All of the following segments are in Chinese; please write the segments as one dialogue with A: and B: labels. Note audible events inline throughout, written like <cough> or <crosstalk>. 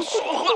A: 好不好？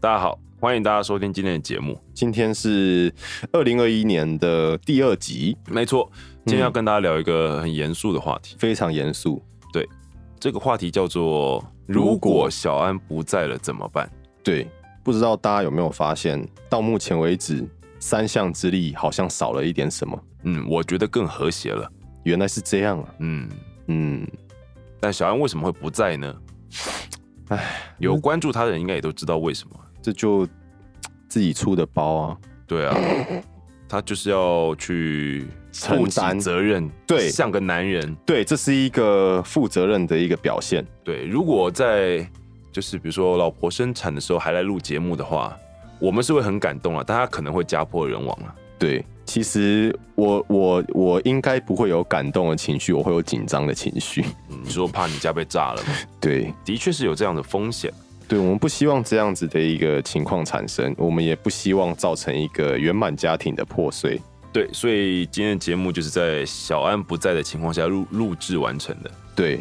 B: 大家好，欢迎大家收听今天的节目。
C: 今天是二零二一年的第二集，
B: 没错，
C: 嗯
B: 今天要跟大家聊一个很严肃的话题，
C: 非常严肃。
B: 这个话题叫做“如果小安不在了怎么办
C: 对，不知道大家有没有发现，到目前为止，三项之力好像少了一点什么。”。
B: 嗯，我觉得更和谐了。
C: 原来是这样啊，
B: 嗯，
C: 嗯，
B: 但小安为什么会不在呢？唉，有关注他的人应该也都知道为什么。
C: 这就自己出的包啊。
B: 对啊，他就是要去
C: 承
B: 负起
C: 担
B: 责任，
C: 对
B: 像个男人。
C: 对，这是一个负责任的一个表现。
B: 对，如果在就是比如说老婆生产的时候还来录节目的话，我们是会很感动啊，但他可能会家破人亡啊。
C: 对，其实我我我应该不会有感动的情绪，我会有紧张的情绪。
B: 嗯你说怕你家被炸了吗？ <laughs>
C: 对，
B: 的确是有这样的风险。
C: 对，我们不希望这样子的一个情况产生，我们也不希望造成一个圆满家庭的破碎。
B: 对，所以今天的节目就是在小安不在的情况下录录制完成的。
C: 对，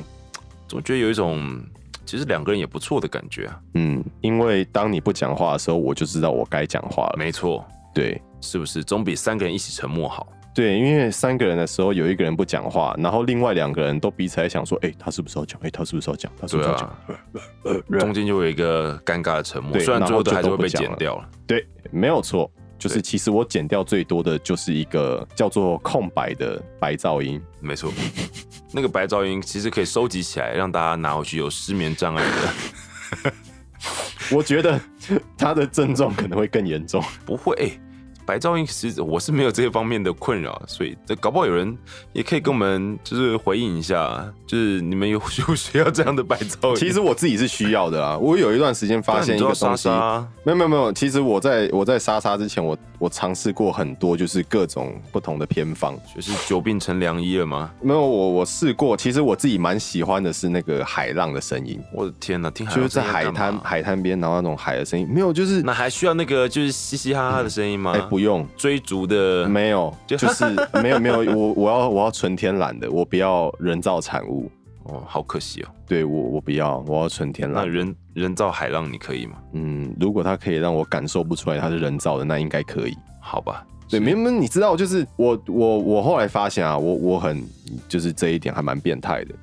B: 总觉得有一种其实两个人也不错的感觉啊。
C: 嗯，因为当你不讲话的时候，我就知道我该讲话了。
B: 没错，
C: 对。
B: 是不是总比三个人一起沉默好？
C: 对，因为三个人的时候，有一个人不讲话，然后另外两个人都彼此在想说：“哎、他是不是要讲？哎、他是不是要讲？他是不
B: 对
C: 是要讲
B: 啊，
C: <laughs>
B: 中间就会有一个尴尬的沉默，
C: 对
B: 虽然最后都还是会被
C: 然后就都不讲
B: 剪
C: 了
B: 掉了。？”
C: 对，没有错，就是
B: 对
C: 其实我剪掉最多的就是一个叫做空白的白噪音。
B: 没错， <laughs> 那个白噪音其实可以收集起来，让大家拿回去。有失眠障碍的 <laughs>
C: 我觉得他的症状可能会更严重。
B: 不会、欸白噪音其实我是没有这方面的困扰，所以这搞不好有人也可以跟我们就是回应一下，就是你们有有需要这样的白噪音？
C: <laughs> 其实我自己是需要的
B: <laughs>
C: 啦，我有一段时间发
B: 发
C: 现
B: 现
C: 一
B: 知道
C: 个
B: 莎
C: 东西，
B: 莎
C: 没有没有没有，其实我在我在莎莎之前我，我尝试过很多就是各种不同的偏方。
B: 就是久病成良医了吗？
C: 没有，我我试过，其实我自己蛮喜欢的是那个海浪的声音。
B: 我的天哪，听海
C: 就是
B: 浪声音
C: 在
B: 要
C: 海
B: 干嘛
C: 滩海滩边，然后那种海的声音，没有，就是
B: <laughs> 那还需要那个就是嘻嘻哈哈的声音吗？
C: 哎、不用，
B: 追逐的
C: 没有，
B: <laughs> 就
C: 就是没有没有，我我要我要纯天然的，我不要人造产物，
B: 哦，好可惜哦。
C: 对我我不要，我要纯天
B: <laughs> 那
C: 然。
B: 人人造海浪你可以吗？
C: 嗯，如果它可以让我感受不出来它是人造的，那应该可以。
B: 好吧，
C: 对，没没，你知道，就是我我我后来发现啊，我我很就是这一点还蛮变态的，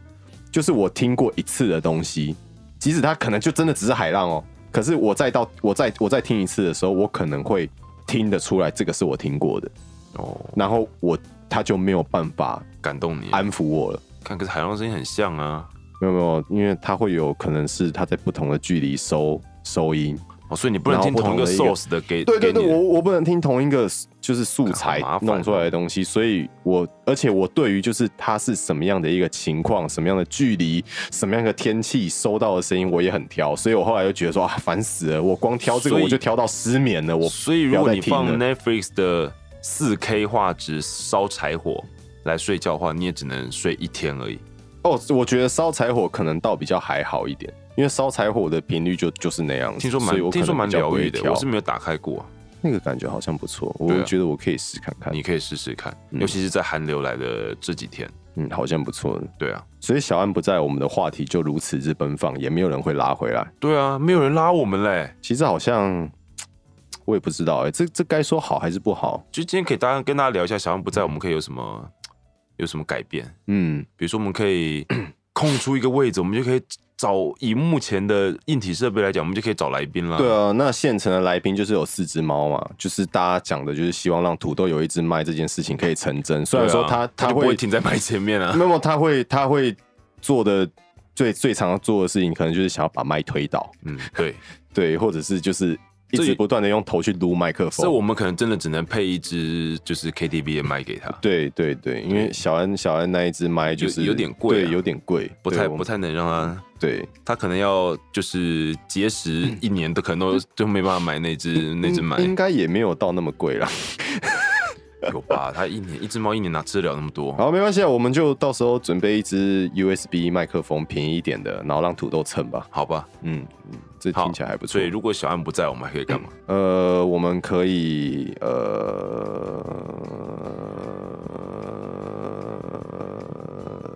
C: 就是我听过一次的东西，即使它可能就真的只是海浪哦，可是我再到我再我再听一次的时候，我可能会听得出来这个是我听过的，
B: 哦，
C: 然后我他就没有办法
B: 感动你了。
C: 安抚我了。
B: 看，可是海浪声音很像啊。
C: 没有没有，因为它会有可能是它在不同的距离收收音，
B: 哦，所以你不能听同一个
C: 然后不同的一个
B: source 的给
C: 对对对，
B: 给你的
C: 我我不能听同一个就是素材
B: 好麻烦
C: 弄出来的东西，所以我而且我对于就是它是什么样的一个情况、什么样的距离、什么样的天气收到的声音，我也很挑，所以我后来就觉得说啊，烦死了，我光挑这个
B: 所以
C: 我就挑到失眠了，我
B: 所以如果你放
C: 不要
B: Netflix 的四 K 画质烧柴火来睡觉的话，你也只能睡一天而已。
C: 哦，我觉得烧柴火可能倒比较还好一点，因为烧柴火的频率就就是那样子，
B: 听说
C: 所以我
B: 蛮
C: 可
B: 听
C: 能
B: 说蛮
C: 比较不
B: 疗
C: 会
B: 愈的，
C: 挑
B: 我是没有打开过啊、
C: 那个感觉好像不错，我
B: 对啊
C: 觉得我可以试看看，
B: 你可以试试看，
C: 哎嗯
B: 尤其是在寒流来的这几天。
C: 嗯，好像不错。
B: 对啊，
C: 所以小安不在，我们的话题就如此之奔放，也没有人会拉回来。
B: 对啊，没有人拉我们嘞。
C: 其实好像我也不知道、哎，这这该说好还是不好？
B: 就今天可以大家跟大家聊一下，小安不在，我们可以有什么有什么改变？
C: 嗯，
B: 比如说，我们可以 <clears throat> 空出一个位置，我们就可以找以目前的硬体设备来讲，我们就可以找来宾啦。
C: 对啊，那现成的来宾就是有四只猫嘛，就是大家讲的，就是希望让土豆有一只麦这件事情可以成真。虽然说他、
B: 对啊他就不
C: 会 <laughs>
B: 会停在麦前面啊。
C: 那么他会他会做的最最常做的事情，可能就是想要把麦推倒，
B: 嗯，对，
C: 对，或者是就是一
B: 这
C: 直不断的用头去撸麦克
B: 这
C: 风。
B: 我们可能真的只能配一支就是 KTV 的麦给他，
C: 对对对，因为小安小安那一只麦就是
B: 有有点贵啊
C: 对，有点贵，
B: 不
C: 对
B: 太
C: 我们
B: 不太能让他，
C: 对。
B: 他可能要就是节食一年都可能
C: 嗯
B: 都都没办法买那只那只
C: 应
B: 麦，
C: 应该也没有到那么贵啦。
B: 有吧？他一年一只猫一年哪吃得了那么多？
C: 好，没关系，啊，我们就到时候准备一支 USB 麦克风，便宜一点的，然后让土豆蹭吧。
B: 好吧，
C: 嗯，嗯这
B: 好
C: 听起来还不错
B: 所以。如果小安不在，我们还可以干嘛？
C: 呃，我们可以呃，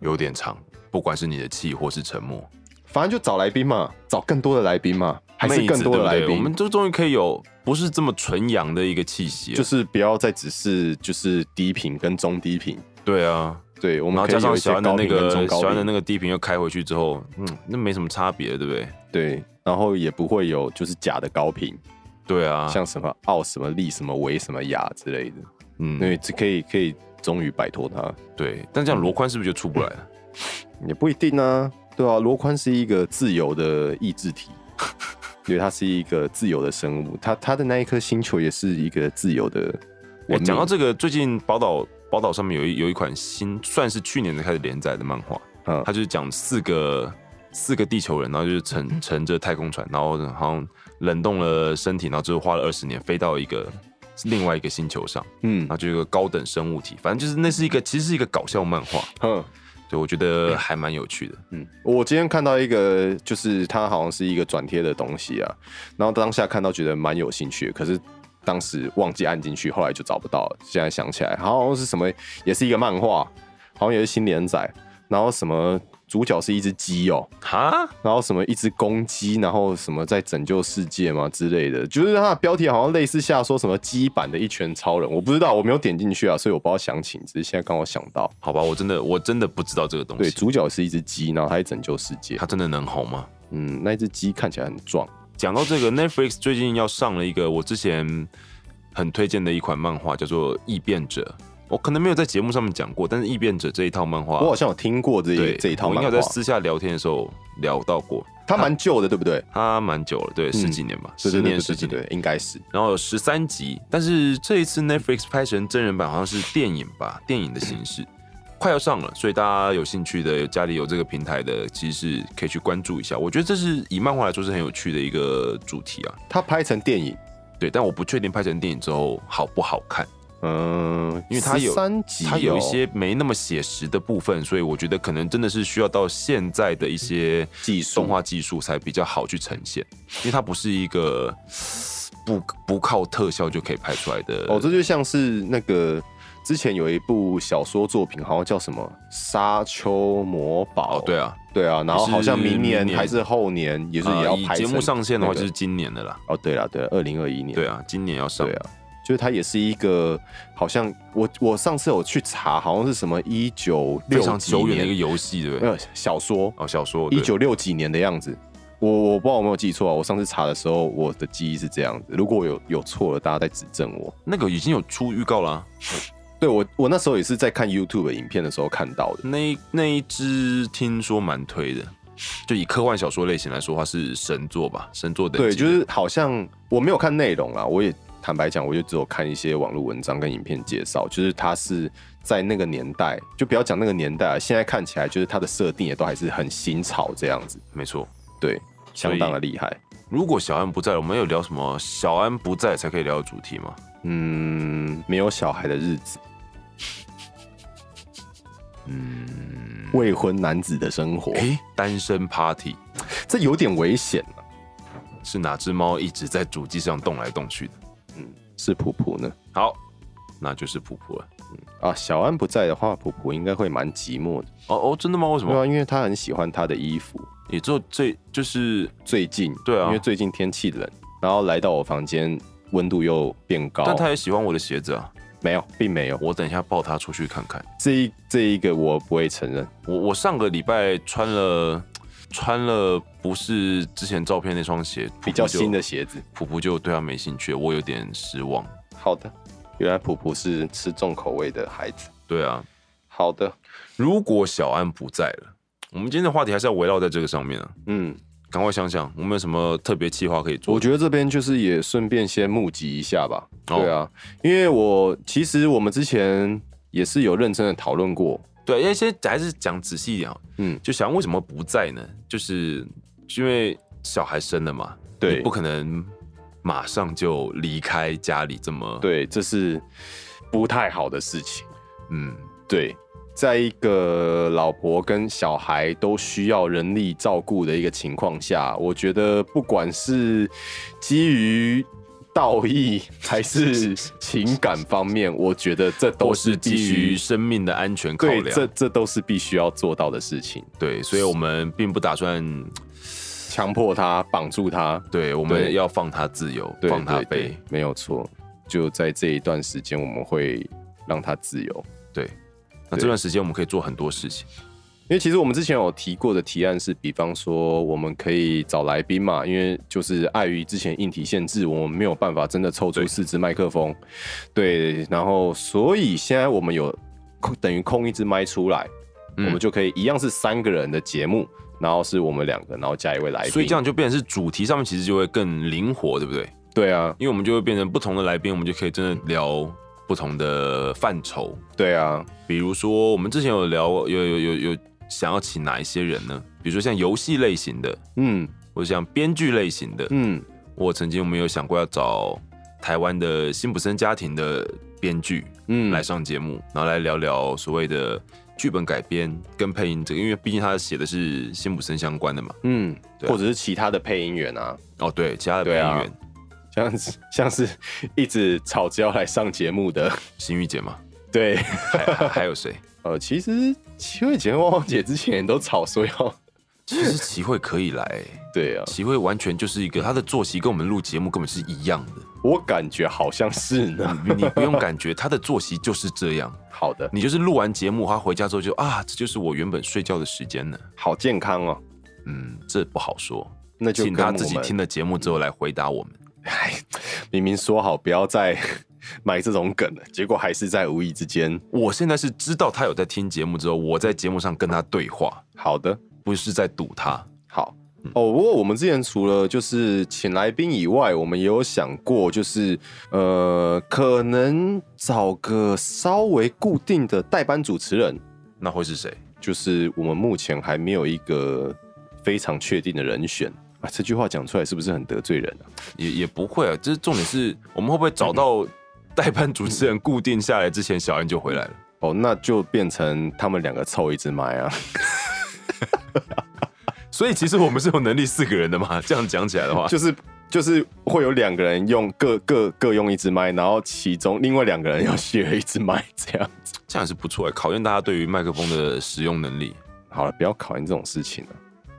B: 有点长，不管是你的气或是沉默，
C: 反正就找来宾嘛，找更多的来宾嘛，还是
B: 妹子
C: 更多的来
B: 对不对
C: 宾。
B: 我们就终于可以有不是这么纯阳的一个气息了，
C: 就是不要再只是就是低频跟中低频，
B: 对啊。
C: 对我
B: 然
C: 们
B: 后
C: 可
B: 加
C: 以有
B: 上
C: 一些
B: 小安的
C: 高
B: 那
C: 频跟
B: 个
C: 中高
B: 小安的
C: 频，
B: 那个低频又开回去之后，嗯，那没什么差别，对不对？
C: 对，然后也不会有就是假的高频，
B: 对啊，
C: 像什么奥什么利什么维什么雅之类的，
B: 嗯，
C: 对，这可以可以终于摆脱它，
B: 对，但
C: 嗯
B: 这样罗宽是不是就出不来了？
C: 也不一定啊，对啊，罗宽是一个自由的意
B: <laughs>
C: 志体，因为它是一个自由的生物，它它的那一颗星球也是一个自由的
B: 哎
C: 文明。
B: 讲到这个，最近宝岛宝岛上面有一有一款新，算是去年才开始连载的漫画，
C: 嗯
B: 它就是讲四个四个地球人，然后就是乘乘着太空船，然后好像冷冻了身体，然后之后花了二十年飞到一个另外一个星球上，
C: 嗯
B: 然后就有一个高等生物体，反正就是那是一个其实是一个搞笑漫画，
C: 嗯。
B: 对我觉得还蛮有趣的。
C: 嗯，我今天看到一个，就是它好像是一个转贴的东西啊，然后当下看到觉得蛮有兴趣的，可是当时忘记按进去，后来就找不到了。现在想起来，好像是什么，也是一个漫画，好像也是新连载，然后什么主角是一只鸡哦，
B: 哈，
C: 然后什么一只公鸡，然后什么在拯救世界嘛之类的，就是它的标题好像类似下说什么鸡版的一拳超人，我不知道，我没有点进去啊，所以我不知道详情，只是现在刚好想到，
B: 好吧，我真的我真的不知道这个东
C: 对，
B: 西，
C: 主角是一只鸡，然后它在拯救世界
B: 它。真的能红吗？
C: 嗯，那一只鸡看起来很壮。
B: 讲到这个，Netflix 最近要上了一个我之前很推荐的一款漫画，叫做《异变者》。我可能没有在节目上面讲过，但是《异变者》这一套漫画，
C: 我好像有听过这
B: 对
C: 一哦这一套
B: 我应该
C: 漫画
B: 有在，私下聊天的时候聊到过，
C: 它蛮旧的，对不对？
B: 它蛮久了，对，十几年吧，
C: 嗯对
B: 十
C: 对对
B: 年
C: 对
B: 十
C: 对
B: 几
C: 对
B: 年，
C: 对，应该是。
B: 然后有十三集。但是这一次 Netflix 拍成真人版，好像是电影吧，电影的形式。快要上了，所以大家有兴趣的，家里有这个平台的，其实是可以去关注一下。我觉得这是以漫画来说是很有趣的一个主题啊。
C: 它拍成电影，
B: 对，但我不确定拍成电影之后好不好看，
C: 嗯，
B: 因为它有
C: 三集哦，
B: 它有一些没那么写实的部分，所以我觉得可能真的是需要到现在的一些
C: 技术
B: 动画技术才比较好去呈现，因为它不是一个不不靠特效就可以拍出来的。
C: 哦，这就像是那个之前有一部小说作品，好像叫什么《沙丘魔堡》
B: 哦，对啊，
C: 对啊，然后好像
B: 也是
C: 明年
B: 明年
C: 还是后年，也是啊也要
B: 呃以
C: 拍
B: 节
C: 成
B: 目上线的话
C: 那
B: 就
C: 个
B: 是今年的啦。
C: 哦，对了对了，二零二一年，
B: 对啊，今年要上
C: 对。啊，就是它也是一个，好像我我上次有去查，好像是什么一九
B: 非
C: 六
B: 常
C: 几
B: 久远的一个
C: 年，
B: 游戏，对不
C: 没
B: 对？
C: 有小说，
B: 哦，小说
C: 一九六几年的样子。我我不知道我没有记错啊，我上次查的时候我的记忆是这样子。如果我有有错了，大家再指正我。
B: 那个已经有出预告啊啦、
C: 对我我那时候也是在看 YouTube 的影片的时候看到的。
B: 那一那一支听说蛮推的，就以科幻小说类型来说，它是神作吧，神作等
C: 对，
B: 级
C: 就
B: 的
C: 是好像我没有看内容啦，我也坦白讲，我就只有看一些网络文章跟影片介绍，就是它是在那个年代，就不要讲那个年代啊，现在看起来就是它的设定也都还是很新潮这样子，
B: 没错。
C: 对，
B: 所以
C: 相当的厉害。
B: 如果小安不在，我们有聊什么小安不在才可以聊的主题吗？
C: 嗯，没有小孩的日
B: <laughs>
C: 子，嗯，未婚男子的生活，
B: 诶、单身 party
C: 这有点危险啊。
B: 是哪只猫一直在主机上动来动去的？
C: 是普普呢？
B: 好，那就是普普了。
C: 啊，小安不在的话，普普应该会蛮寂寞的，
B: 哦哦，真的吗？为什
C: 对
B: 么？
C: 啊，因为他很喜欢他的衣服。
B: 也只有这就是，
C: 最近，
B: 对啊
C: 因为最近天气冷，然后来到我房间，温度又变高。
B: 但他也喜欢我的鞋子啊。
C: 没有，并没有。
B: 我等一下抱他出去看看。
C: 这一这一个我不会承认。
B: 我我上个礼拜穿了穿了不是之前照片那双鞋，
C: 比较
B: 普普就
C: 新的鞋子。
B: 普普就对他没兴趣，我有点失望。
C: 好的，原来普普是吃重口味的孩子。
B: 对啊，
C: 好的，
B: 如果小安不在了，我们今天的话题还是要围绕在这个上面啊。
C: 嗯，
B: 赶快想想，我们有什么特别计划可以做？
C: 我觉得这边就是也顺便先募集一下吧。
B: 哦
C: 对啊，因为我其实我们之前也是有认真的讨论过，
B: 对，因为先还是讲仔细一点啊，
C: 嗯，
B: 就想为什么不在呢？就是因为小孩生了嘛，
C: 对
B: 你不可能马上就离开家里这么，，
C: 对，这是不太好的事情。
B: 嗯，
C: 对，在一个老婆跟小孩都需要人力照顾的一个情况下，我觉得不管是基于道义还是情感方面，我觉得这都
B: 都
C: 是
B: 是
C: 必
B: 基于
C: 须
B: 生命的安全考
C: 对，
B: 量，啊
C: 这这都是必须要做到的事情。
B: 对，所以我们并不打算，
C: 强迫他，绑住他，
B: 对，我们要放他自由，
C: 对
B: 放他
C: 对对
B: 飞，
C: 没有错。就在这一段时间，我们会让他自由。
B: 对。那
C: 对
B: 这段时间我们可以做很多事情，
C: 因为其实我们之前有提过的提案是，比方说我们可以找来宾嘛，因为就是碍于之前硬体限制，我们没有办法真的抽出
B: 对
C: 四支麦克风，对，然后所以现在我们有空等于空一支麦出来，
B: 嗯
C: 我们就可以一样是三个人的节目，然后是我们两个，然后加一位来宾，
B: 所以这样就变成是主题上面其实就会更灵活，对不对？
C: 对啊，
B: 因为我们就会变成不同的来宾，我们就可以真的聊不同的范畴。
C: 对啊，
B: 比如说，我们之前有聊，有有有有想要请哪一些人呢？比如说像游戏类型的，
C: 嗯
B: 或者像编剧类型的。
C: 嗯，
B: 我曾经我们有想过要找台湾的辛普森家庭的编剧，嗯，
C: 嗯
B: 来上节目，然后来聊聊所谓的剧本改编跟配音这个，因为毕竟他写的是辛普森相关的嘛。
C: 嗯，
B: 对啊
C: 或者是其他的配音员啊， <laughs>
B: 哦，对，其他的配音
C: 对啊
B: 员，
C: 像是像是一直吵着要来上节目的， <laughs>
B: 邢玉姐嘛，
C: 对。
B: 还还还有谁？
C: <laughs> 呃，其实七慧姐跟汪汪姐之前也都吵说要，
B: 其实齐慧可以来、
C: <laughs> 对啊，
B: 齐慧完全就是一个他的作息跟我们录节目根本是一样的，
C: 我感觉好像是呢。
B: 你不用感觉他的作息就是这样，
C: <laughs> 好的，
B: 你就是录完节目他回家之后就啊，这就是我原本睡觉的时间呢。
C: 好健康哦，
B: 嗯，这不好说，
C: 那就
B: 请
C: 跟
B: 他自己
C: 我们嗯
B: 听。了节目之后来回答我们。
C: 哎， <laughs> 明明说好不要再 <laughs> 买这种梗了，结果还是在无意之间。
B: 我现在是知道他有在听节目之后，我在节目上跟他对话，
C: 好的，
B: 不是在堵他。
C: 好。哦，不过我们之前除了就是请来宾以外，我们也有想过，就是呃，可能找个稍微固定的代班主持人，
B: 那会是谁？
C: 就是我们目前还没有一个非常确定的人选啊。这句话讲出来是不是很得罪人啊？
B: 也也不会啊，就是重点是我们会不会找
C: <laughs>
B: 到代班主持人固定下来之前，小安就回来了。
C: 哦，那就变成他们两个凑一支麦啊。
B: 所以其实我们是有能力四个人的嘛？这样讲起来的话，
C: <laughs> 就是就是会有两个人用各各各用一支麦，然后其中另外两个人要 share 一支麦，这样。
B: 这样也是不错欸，考验大家对于麦克风的使用能力。
C: 好了，不要考验这种事情了。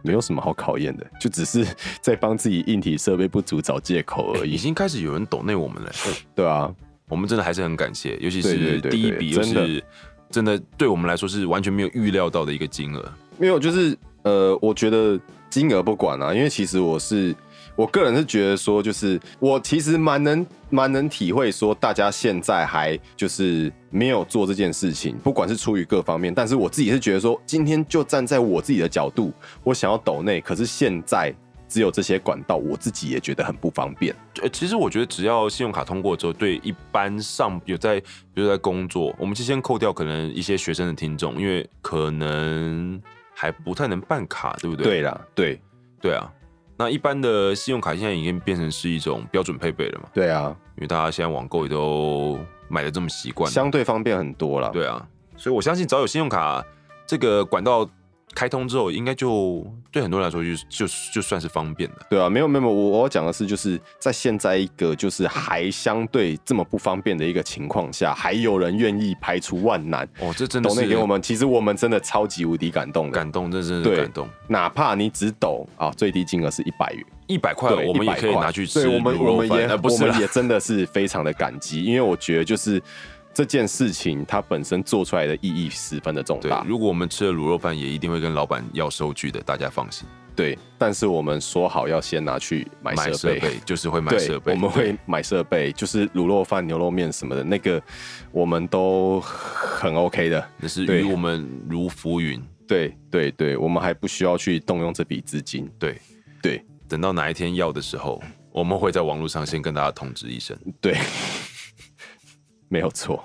C: 没有什么好考验的，就只是 <laughs> 在帮自己硬体设备不足找借口而
B: 呃已 <laughs>
C: 已，
B: 经开始有人抖内我们了欸，
C: 对啊，
B: 我们真的还是很感谢，尤其
C: 对对
B: 是
C: 对
B: 第一
C: 对
B: 笔，又
C: 真的
B: 是真的对我们来说是完全没有预料到的一个金额。
C: 没有，就是呃，我觉得金额不管啊，因为其实我是我个人是觉得说，就是我其实蛮能蛮能体会说，大家现在还就是没有做这件事情，不管是出于各方面，但是我自己是觉得说，今天就站在我自己的角度，我想要抖内，可是现在只有这些管道，我自己也觉得很不方便。
B: 呃，其实我觉得只要信用卡通过之后，对一般上有在，比如在工作，我们就先扣掉可能一些学生的听众，因为可能还不太能办卡，对不对？
C: 对啦，对
B: 对啊，那一般的信用卡现在已经变成是一种标准配备了嘛，
C: 对啊，
B: 因为大家现在网购也都买的这么习惯了，
C: 相对方便很多啦。
B: 对啊，所以我相信早有信用卡这个管道开通之后，应该就对很多人来说就就就算是方便了。
C: 对啊，没有没有，没有我我要讲的是，就是在现在一个就是还相对这么不方便的一个情况下，还有人愿意排除万难，
B: 哦，这真的
C: 抖
B: 是
C: 内给我们，其实我们真的超级无敌感动的。
B: 感动，这真的
C: 对
B: 是感动。
C: 哪怕你只抖啊，最低金额是一百元，
B: 一百块
C: 对，
B: 我们也可以
C: 100
B: 拿去吃
C: 对，我们
B: 卤肉
C: 我们也、
B: 饭，呃不
C: 我
B: 是啦
C: 们也真的是非常的感激，因为我觉得就是这件事情它本身做出来的意义十分的重
B: 对
C: <laughs> 大，，
B: 如果我们吃了卤肉饭，也一定会跟老板要收据的，大家放心。
C: 对。但是我们说好要先拿去买
B: 买
C: 设
B: 设
C: 备，
B: 备就是会买
C: 对，
B: 设备，
C: 我们会买设备，就是卤肉饭、牛肉面什么的，那个我们都很 OK 的。
B: 那是
C: 对
B: 与我们如浮云。
C: 对对对，我们还不需要去动用这笔资金。
B: 对，
C: 对
B: 等到哪一天要的时候，我们会在网络上先跟大家通知一声。
C: 对， <laughs> 没有错。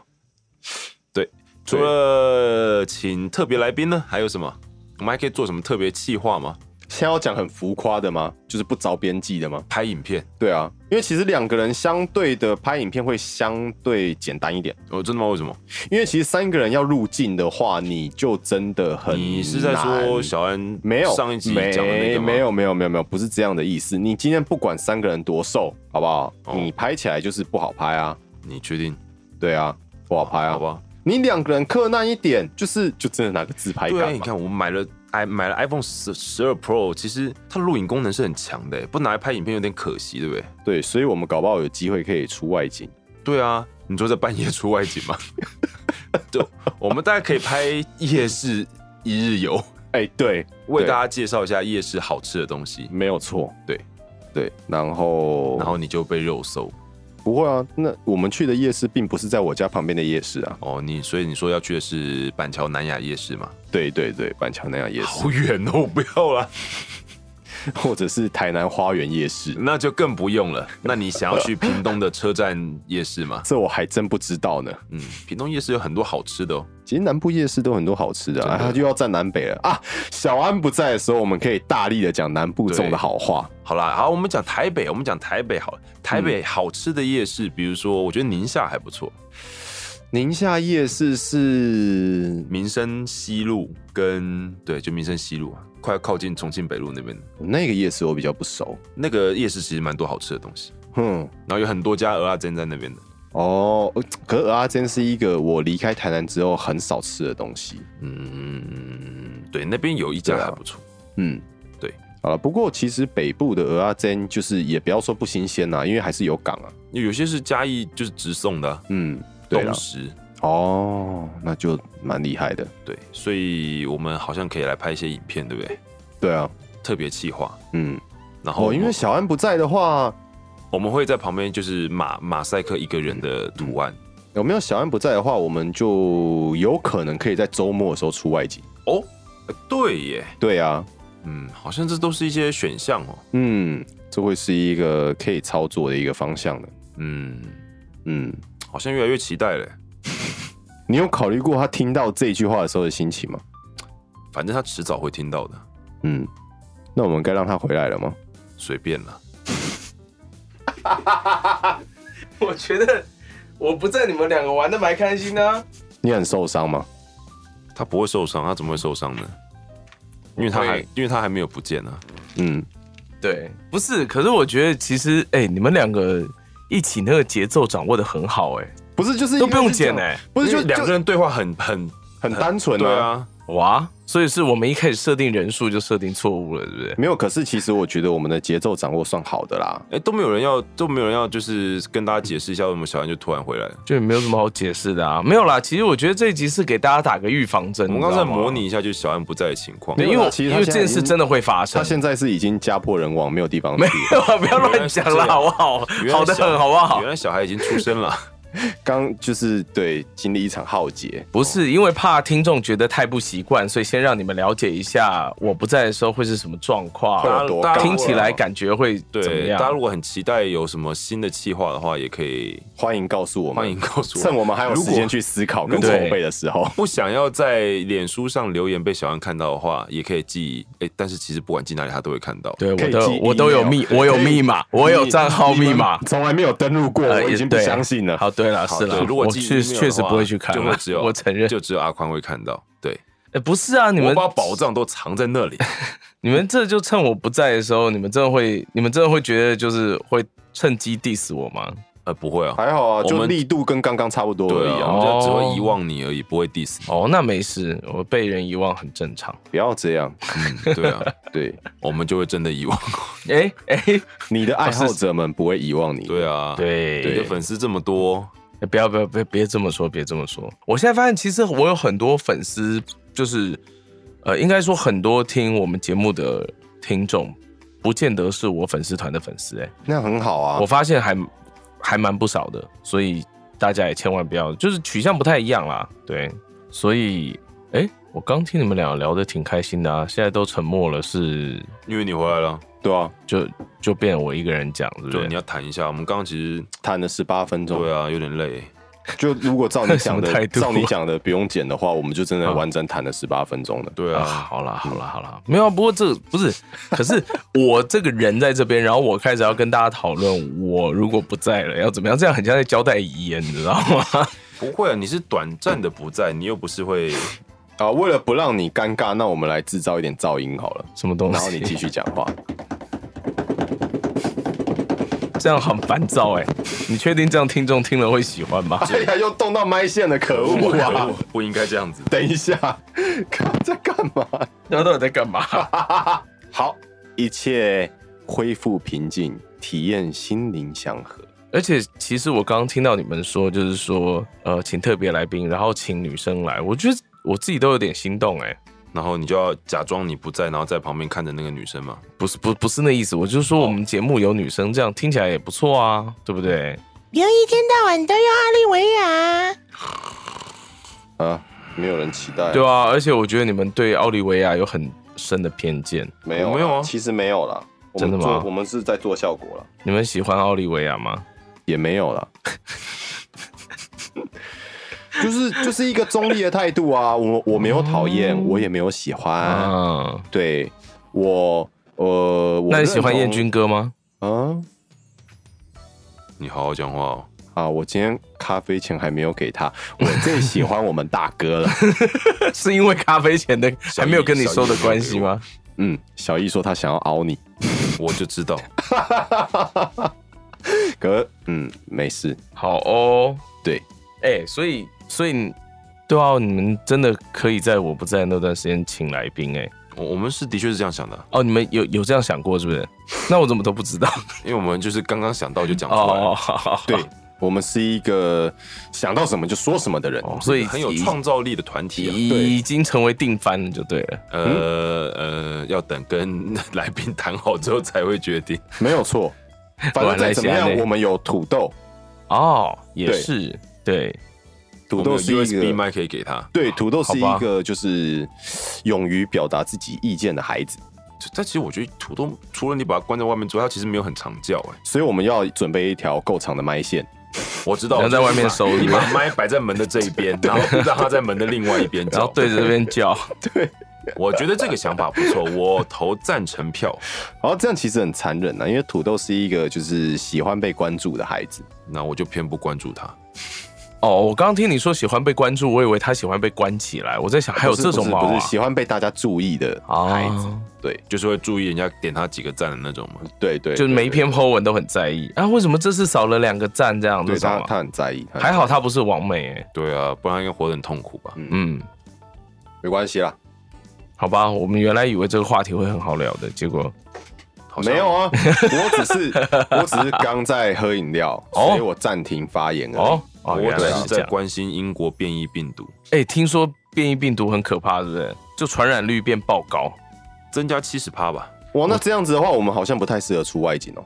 B: 对，除了请特别来宾呢，还有什么？我们还可以做什么特别企划吗？
C: 现在要讲很浮夸的吗？就是不着边际的吗？
B: 拍影片？
C: 对啊，因为其实两个人相对的拍影片会相对简单一点，
B: 哦，真的吗？为什么？
C: 因为其实三个人要入镜的话，你就真的很
B: 你是在说
C: 难
B: 小安
C: 没有
B: 上一集讲的那个吗
C: 没没有没有没有没有，不是这样的意思。你今天不管三个人多瘦，好不好？
B: 哦
C: 你拍起来就是不好拍啊，
B: 你确定？
C: 对啊，不好拍啊。
B: 哦好吧。
C: 你两个人克难一点，就是就真的拿个自拍
B: 对啊，
C: 杆
B: 你
C: 嘛。
B: 看我买了 i 买了 iPhone 十十二 Pro，其实它录影功能是很强的，不拿来拍影片有点可惜，对不对？
C: 对，所以我们搞不好有机会可以出外景。
B: 对啊，你说在半夜出外景吗？ <laughs> 对，我们大概可以拍夜市一日游，
C: 哎、对，
B: 为
C: 对
B: 大家介绍一下夜市好吃的东西，
C: 没有错，
B: 对
C: 对。然后，
B: 然后你就被肉搜
C: 不会啊，那我们去的夜市并不是在我家旁边的夜市啊。
B: 哦。你所以你说要去的是板桥南雅夜市吗？
C: 对对对，板桥那样夜市，
B: 好远哦，不要啦，
C: 或者是台南花园夜市，
B: 那就更不用了。那你想要去屏东的车站夜市吗？
C: 这我还真不知道呢。
B: 嗯，屏东夜市有很多好吃的哦。
C: 其实南部夜市都很多好吃的、
B: 真的
C: 啊，他就要站南北了啊。小安不在的时候，我们可以大力的讲南部种的好话。
B: 好啦，好，我们讲台北，我们讲台北好了，台北好吃的夜市，比如说，我觉得宁夏还不错，
C: 宁夏夜市是
B: 民生西路跟对，就民生西路啊，快要靠近重庆北路那边的
C: 那个夜市我比较不熟，
B: 那个夜市，其实蛮多好吃的东西，
C: 哼、
B: 然后有很多家鹅啊煎在那边的，
C: 哦，可是蚵仔煎是一个我离开台南之后很少吃的东西。
B: 嗯，对，那边有一家
C: 对啊
B: 还不错，
C: 嗯，
B: 对，
C: 好了。不过其实北部的蚵仔煎就是也不要说不新鲜啦，因为还是有港啊。
B: 有些是嘉义就是直送的啊、
C: 嗯，对
B: 东
C: 了，
B: 石，
C: 哦，那就蛮厉害的。
B: 对，所以我们好像可以来拍一些影片，对不对？
C: 对啊，
B: 特别企划，
C: 嗯，
B: 然后我
C: 哦，
B: 们、
C: 因为小安不在的话，
B: 我们会在旁边就是马马赛克一个人的图案。
C: 有没有小安不在的话，我们就有可能可以在周末的时候出外景。
B: 哦，呃对耶，
C: 对啊，
B: 嗯，好像这都是一些选项哦。
C: 嗯，这会是一个可以操作的一个方向的。
B: 嗯，
C: 嗯，
B: 好像越来越期待了。
C: 你有考虑过他听到这句话的时候的心情吗？
B: 反正他迟早会听到的，
C: 嗯，那我们该让他回来了吗？
B: 随便了。
D: 我觉得我不在，你们两个玩的蛮开心的、啊。
C: 你很受伤吗？
B: 他不会受伤，他怎么会受伤呢？因为他还
D: 会
B: 因为他还没有不见啊呢、
C: 嗯，
D: 对，不是，可是我觉得其实，哎、你们两个一起那个节奏掌握的很好、哎，
C: 不是，就是
D: 都不用剪哎、
C: 不是
B: 因
C: 就
B: 为两个
C: 就
B: 人对话很很
C: 很单纯
B: 对
C: 啊。
B: 啊，
D: 哇，所以是我们一开始设定人数就设定错误了，对不对？
C: 没有，可是其实我觉得我们的节奏掌握算好的啦。
B: 哎、都没有人要都没有人要，就是跟大家解释一下为什么小安就突然回来
C: 嗯
B: 了。
D: 就没有什么好解释的啊，没有啦。其实我觉得这一集是给大家打个预防针。
B: 我们刚才
D: 你知道吗
B: 模，拟一下，就是小安不在的情况。
D: 对，因为
C: 没有
D: 我
C: 啦其实
D: 因
C: 他
D: 为这
C: 现在已
D: 件
C: 经
D: 事真的会发生
C: 他。现在是已经家破人亡，没有地方去
D: 没
C: 了。
D: 有啊，不要乱讲啦，好不好
B: 原？来
D: 好的
B: 小
D: 很，好不好
B: 原？来小孩已经出生
C: <laughs>
B: 了。
C: 刚就是对经历一场浩劫，
D: 不是因为怕听众觉得太不习惯，所以先让你们了解一下我不在的时候会是什么状
C: 会
D: 况。
C: 有多
B: 大家
C: 高？
D: 听起来感觉会怎么
B: 对，
D: 样
B: 大家？如果很期待有什么新的计划的话，也可以
C: 欢迎告诉我们，
B: 欢迎告诉我。
C: 趁我们还有时
B: 如果
C: 间去思考跟
B: 如
C: 筹
B: 果
C: 备的时候。
B: 不想要在脸书上留言被小安看到的话，也可以寄。哎、但是其实不管寄哪里，他都会看到。
D: 对，
C: 可
D: 我
C: 以
D: 都
C: 寄
D: 我都有
C: email，
D: 密，我有
C: 可以
D: 密码，我有
C: 你
D: 账号密码
C: 你。们从来没有登录过，
D: 呃
C: 我已
D: 也
C: 经不
D: 对
C: 相信了。
D: 好，对了，是了
B: 对，如果
D: 我
B: 寄
D: 确
B: email 的话
D: 确实不会去看
B: 就
D: 了
B: 会只有，
D: 我承认。
B: 就只有阿宽会看到。对，
D: 呃不是啊，你
B: 我
D: 们
B: 把宝藏都藏在那里。
D: <laughs> 你们这就趁我不在的时候，你们真的会，你们真的会觉得就是会趁机 diss 我吗？
B: 呃，不会啊，
C: 还好啊，
B: 我
C: 就
B: 们
C: 力度跟刚刚差不多而
B: 对
C: 已
B: 啊，
C: 啊。
B: 我们就只
D: 哦
B: 会遗忘你而已，不会 diss 你。
D: 哦，那没事，我被人遗忘很正常。 <laughs>
C: 不要这样，
B: 嗯，对啊，
C: 对，
B: 我们就会真的遗忘。
D: 哎哎，
C: 你的爱好者们不会遗忘你。
B: 对啊，，
D: 对
B: 你的粉丝这么多，
D: 哎不要不要别别这么说，别这么说。我现在发现，其实我有很多粉丝，就是呃，应该说很多听我们节目的听众，不见得是我粉丝团的粉丝、哎、
C: 那很好啊
D: 我。发现还还蛮不少的，所以大家也千万不要，就是取向不太一样啦。对，所以哎、我刚听你们俩聊得挺开心的啊，现在都沉默了，是
B: 因为你回来了。
C: 对啊，
D: 就就变我一个人讲，是不
B: 对，
D: 是
B: 你？要谈一下。我们刚刚其实
C: 谈了十八分钟，
B: 对啊，有点累。
C: 就如果照你讲 <laughs>
D: 什么态
C: 的，
D: 度
C: 照你讲的不用剪的话，我们就真的
D: 啊
C: 完整谈了十八分钟了。
B: 对
D: 啊，
B: 啊，
D: 好啦，好啦，好啦，没有啊。不过这不是， <laughs> 可是我这个人在这边，然后我开始要跟大家讨论，我如果不在了要怎么样，这样很像在交代遗言，你知道吗？ <laughs>
B: 不会啊，你是短暂的不在，你又不是会
C: 啊，为了不让你尴尬，那我们来制造一点噪音好了，
D: 什么东西？
C: 然后你继续讲 <laughs> 话。
D: 这样很烦躁哎、你确定这样听众听了会喜欢
C: <laughs>
D: 吗？
C: 哎呀，又动到麦线了，可恶啊！
B: 不应该这样子。
C: 等一下，看在干嘛？
D: 大家到底在干嘛？
C: 好，一切恢复平静，体验心灵祥和。
D: <laughs> 而且其实我刚刚听到你们说，就是说呃，请特别来宾，然后请女生来，我觉得我自己都有点心动哎、
B: 然后你就要假装你不在，然后在旁边看着那个女生嘛。
D: 不是不不是那意思，我就是说我们节目有女生，这样听起来也不错啊，对不对？
E: 不要一天到晚都用奥利维亚。
C: 啊，没有人期待，
D: 对啊，而且我觉得你们对奥利维亚有很深的偏见。
C: 没有
B: 我没有啊
C: 其实没有啦，我们
D: 真的吗
C: 做我们是在做效果了，
D: 你们喜欢奥利维亚吗？
C: 也没有啦。 <laughs> 就是就是一个中立的态度啊，我我没有讨厌，我也没有喜欢，
D: 啊，
C: 对我呃，我
D: 那你喜欢
C: 认
D: 燕
C: 同
D: 军哥吗？ <laughs>
C: 啊？
B: 你好好讲话哦。
C: 啊，我今天咖啡钱还没有给他，我最喜欢我们大哥了。
D: 是因为咖啡钱的还没有跟你收的关系吗？
C: 嗯，小易说他想要凹你， <laughs>
B: 我就知道， <laughs>
C: 可嗯没事，
D: 好哦，
C: 对，
D: 哎、所以所以你对啊，你们真的可以在我不在那段时间请来宾哎、
B: 我我们是的确是这样想的啊，
D: 哦，你们有有这样想过是不是？那我怎么都不知道？
B: 因为我们就是刚刚想到就讲出来
D: 哦，，好好好
C: 对、我们是一个想到什么就说什么的人。
D: 哦 <laughs> 所以
B: 很有
D: 已
B: 创造力的团体啊。
D: 已经成为定番了就对了。
B: 呃呃，要等跟 <laughs> 来宾谈好之后才会决定。
C: 没有错，反
D: 我
C: 正
D: 来
C: 再怎么
D: 先 <laughs>
C: 样，
D: 嘞
C: 我们有土豆，
D: 哦，也
C: 对
D: 是对，
C: 土豆是
B: 我们有
C: 一
B: USB
C: 个
B: 麦可以给他，
C: 对，土豆是
D: 好吧
C: 一个就是勇于表达自己意见的孩子，
B: 就但其实我觉得土豆除了你把它关在外面之外，它其实没有很常叫哎、
C: 所以我们要准备一条够长的麦线。
B: 我知道，
D: 你要在外面收
B: 就是
D: 是
B: 你
D: 吧
B: 把麦摆在门的这一
D: <laughs>
B: 边，然后让它在门的另外一边
D: 然
B: 叫
D: 后。对着这边叫，
B: 我觉得这个想法不错，我投赞成票。
C: 然后这样其实很残忍啊，因为土豆是一个就是喜欢被关注的孩子。
B: 那我就偏不关注他。
D: 哦，我刚刚听你说喜欢被关注，我以为他喜欢被关起来。我在想还有
C: 不是
D: 这种
C: 不是
D: 猫
C: 不
D: 啊
C: 是？喜欢被大家注意的孩子，
D: 哦
C: 对
B: 就是会注意人家点他几个赞的那种嘛。
C: 对对，
D: 就是
C: 对
D: 每一篇 po 文都很在意啊，为什么这次少了两个赞这样
C: 对
D: 子？
C: 他他呃很在意，他很
D: 还好他不是王美哎、
B: 对啊，不然应该活得很痛苦吧？
D: 嗯，
C: 没关系啦，
D: 好吧，我们原来以为这个话题会很好聊的，结果
B: 好像
C: 没有啊，我只是我只是刚在喝饮料，
D: 哦
C: 所以我暂停发言而已。
D: 哦哦，
B: 我
D: 原
B: 只
D: 来
B: 是
D: 是这
B: 在
D: 样。
B: 关心英国变异病毒，
D: 哎、听说变异病毒很可怕，是不是？就传染率变爆高。
B: 增加七十趴吧。
C: 哇，那这样子的话，我们好像不太适合出外景哦。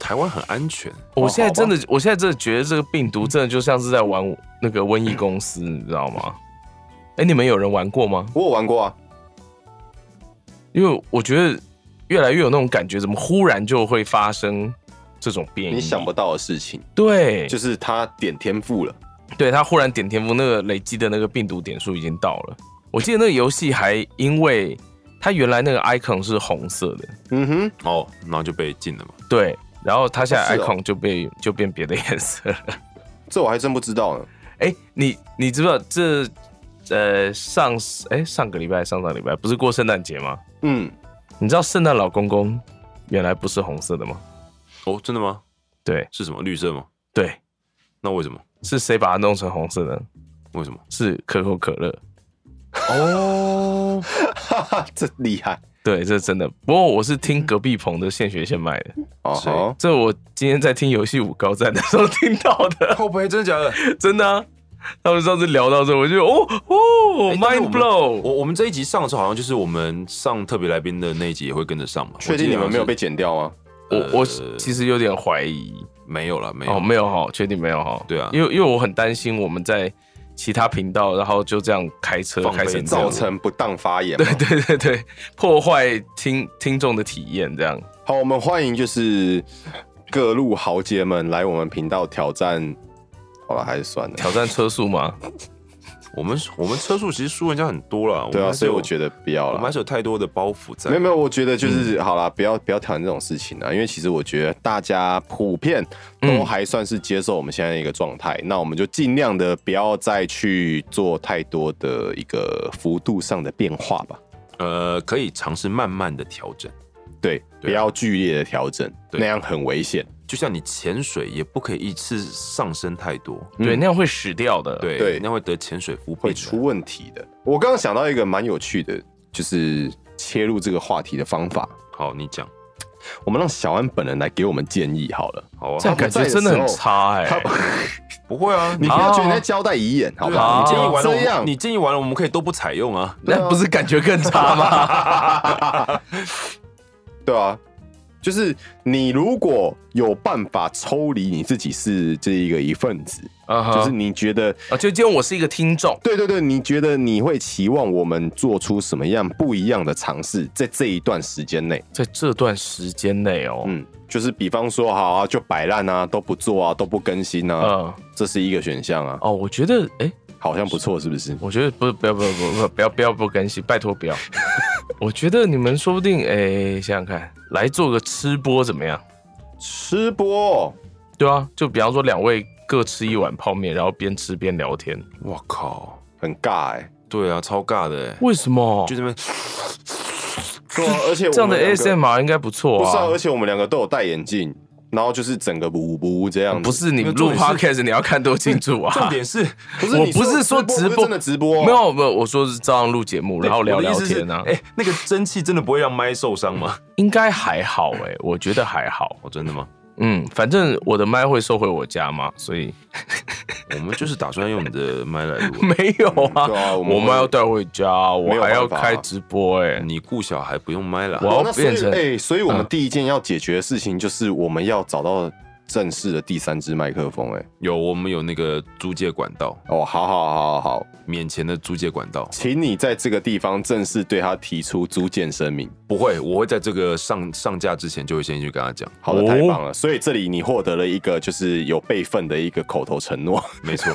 B: 台湾很安全，
D: 我现在真的，我现在真的觉得这个病毒真的就像是在玩那个瘟疫公司，你知道吗？哎、你们有人玩过吗？
C: 我有玩过啊，
D: 因为我觉得越来越有那种感觉，怎么忽然就会发生这种变异？
C: 你想不到的事情，
D: 对，
C: 就是他点天赋了。
D: 对他忽然点天赋，那个累积的那个病毒点数已经到了。我记得那个游戏还因为它原来那个 icon 是红色的，
C: 嗯哼，
B: 哦，然后就被禁了嘛。
D: 对，然后它现在
C: 哦是哦
D: icon 就被、就变别的颜色了。
C: 这我还真不知道呢。
D: 哎，你你知不知道这呃上哎上个礼拜上上礼拜不是过圣诞节吗？
C: 嗯， <laughs>
D: 你知道圣诞老公公原来不是红色的吗？
B: 哦，真的吗？
D: 对
B: 是什么绿色吗？
D: 对，
B: 那为什么？
D: 是谁把它弄成红色的？
B: 为什么？
D: 是可口可乐。
B: 哦，
C: 哈哈，这厉害
D: 对，这真的。不过我是听隔壁棚的现学现卖的。
C: 哦
B: 谁
C: 吼。
D: 这我今天在听游戏五高赞的时候听到的，
B: 靠背，真的假的？
D: 真的啊、他们上次聊到这，我就哦哦
B: 哎但是我
D: ，mind
B: 们
D: blow。
B: <laughs> 我我们这一集上的时候，好像就是我们上特别来宾的那一集也会跟着上嘛。
C: 确定你们没有被剪掉吗？
D: 我我
B: 呃
D: 其实有点怀疑
B: 没有了，没
D: 哦，
B: 有。
D: 没有哈，确定没有哈？
B: 哎对啊
D: 因为因为我很担心我们在其他频道，然后就这样开车
B: 放飞
D: 开成这样
C: 造成不当发言吗，
D: 对对对对，破坏听听众的体验这样。
C: 好，我们欢迎就是各路豪杰们来我们频道挑战。好了，还是算
D: <laughs>
C: 了。
D: 挑战车速吗？
B: 我们我们车速其实输人家很多了，
C: 对啊，所以我
B: 得
C: 觉得不要
B: 我
C: 了
B: 们还。是有太多的包袱在。
C: 没有没有，我觉得
B: 嗯
C: 就是、好啦，不要不要谈这种事情啊，因为其实我觉得大家普遍都
D: 嗯
C: 还算是接受我们现在的一个状态，那我们就尽量的不要再去做太多的一个幅度上的变化吧。
B: 呃，可以尝试慢慢的调整，
C: 对，
B: 对啊
C: 不要剧烈的调整，
B: 对
C: 那样很危险。
B: 就像你潜水也不可以一次上升太多，
D: 对，那样会死掉的。，
B: 对
C: 嗯对
B: 那会得潜水浮病的，
C: 会出问题的。我刚刚想到一个蛮有趣的，就是切入这个话题的方法。
B: 好，你讲
C: 我们让小安本人来给我们建议好了。
B: 好啊
D: 这，样感觉真的很差哎、
C: 他
B: 不会啊，
C: 你不要觉得你在交代遗言，好不
B: 对啊你
C: 好？你
B: 建
C: 建
B: 议
C: 议
B: 完
C: 完
B: 了我
C: 了我
B: 们，
C: 们，这样
B: 你建议完了，我们可以都不采用 <laughs> 啊。
D: 那不是感觉更差吗？
C: 对啊，就是你如果有办法抽离你自己是这一个一份子，
D: <laughs> 啊哈
C: 就是你觉得
D: 啊，就今天我是一个听众，
C: 对对对，你觉得你会期望我们做出什么样不一样的尝试，在这一段时间内？
D: 在这段时间内哦，
C: 嗯，就是比方说，好啊，就摆烂啊，都不做啊，都不更新啊，
D: 嗯，
C: 这是一个选项啊，
D: 哦，我觉得，哎、
C: 好像不错，是不是？
D: 我觉得不，不要，不要，不要，不要，不要不更新，拜托不要。我觉得你们说不定，哎、想想看，来做个吃播怎么样？
C: 吃播，
D: 对啊，就比方说两位各吃一碗泡面，然后边吃边聊天。
B: 我靠，
C: 很尬
D: <laughs>
C: 哎、欸，
B: 对啊，超尬的欸，
D: 为什么
B: 就？
D: <laughs>
B: 这边
C: 对啊，而且我
D: 这样的
C: 们两个
D: ASMR 应该不错
C: 不是、啊，
D: 啊
C: 而。且我们两个都有戴眼镜，然后就是整个不不这样子，
D: 不是你
B: 因为
D: 录
B: 重点
D: podcast，你要看多清楚啊。
B: 重点是，
C: 不是
D: 我
C: 你
D: 不是说
C: 直
D: 直
C: 不
D: 播
C: 是真的直播，哦
D: 没有，没有，我说是照样录节目，然后聊
B: 我的
D: 聊
B: 意思是
D: 天啊，
B: 哎，那个蒸汽真的不会让麦受伤吗？
D: 应该还好哎、我觉得还好。
B: 哦，真的吗？
D: 嗯，反正我的麦会收回我家嘛，所以
B: 我们就是打算用你的麦来录啊。
D: 没有啊，
C: 嗯对啊我们
D: 我
C: 会
D: 麦要带回家，我
C: 没有
D: 还要
C: 办法啊嗯
D: 开直播哎、
B: 你顾小孩不用麦啦，
D: 我
C: 哦
D: 要
C: 那所以
D: 变成
C: 哎、所以我们
D: 嗯
C: 第一件要解决的事情就是我们要找到正式的第三支麦克风、哎，
B: 有我们有那个租借管道，
C: 哦，好好好好好，
B: 免钱的租借管道。
C: 请你在这个地方正式对他提出租借声明。
B: 不会，我会在这个上上架之前就会先去跟他讲。
C: 好的，
D: 哦
C: 太棒了！所以这里你获得了一个就是有备份的一个口头承诺， <laughs>
B: 没错，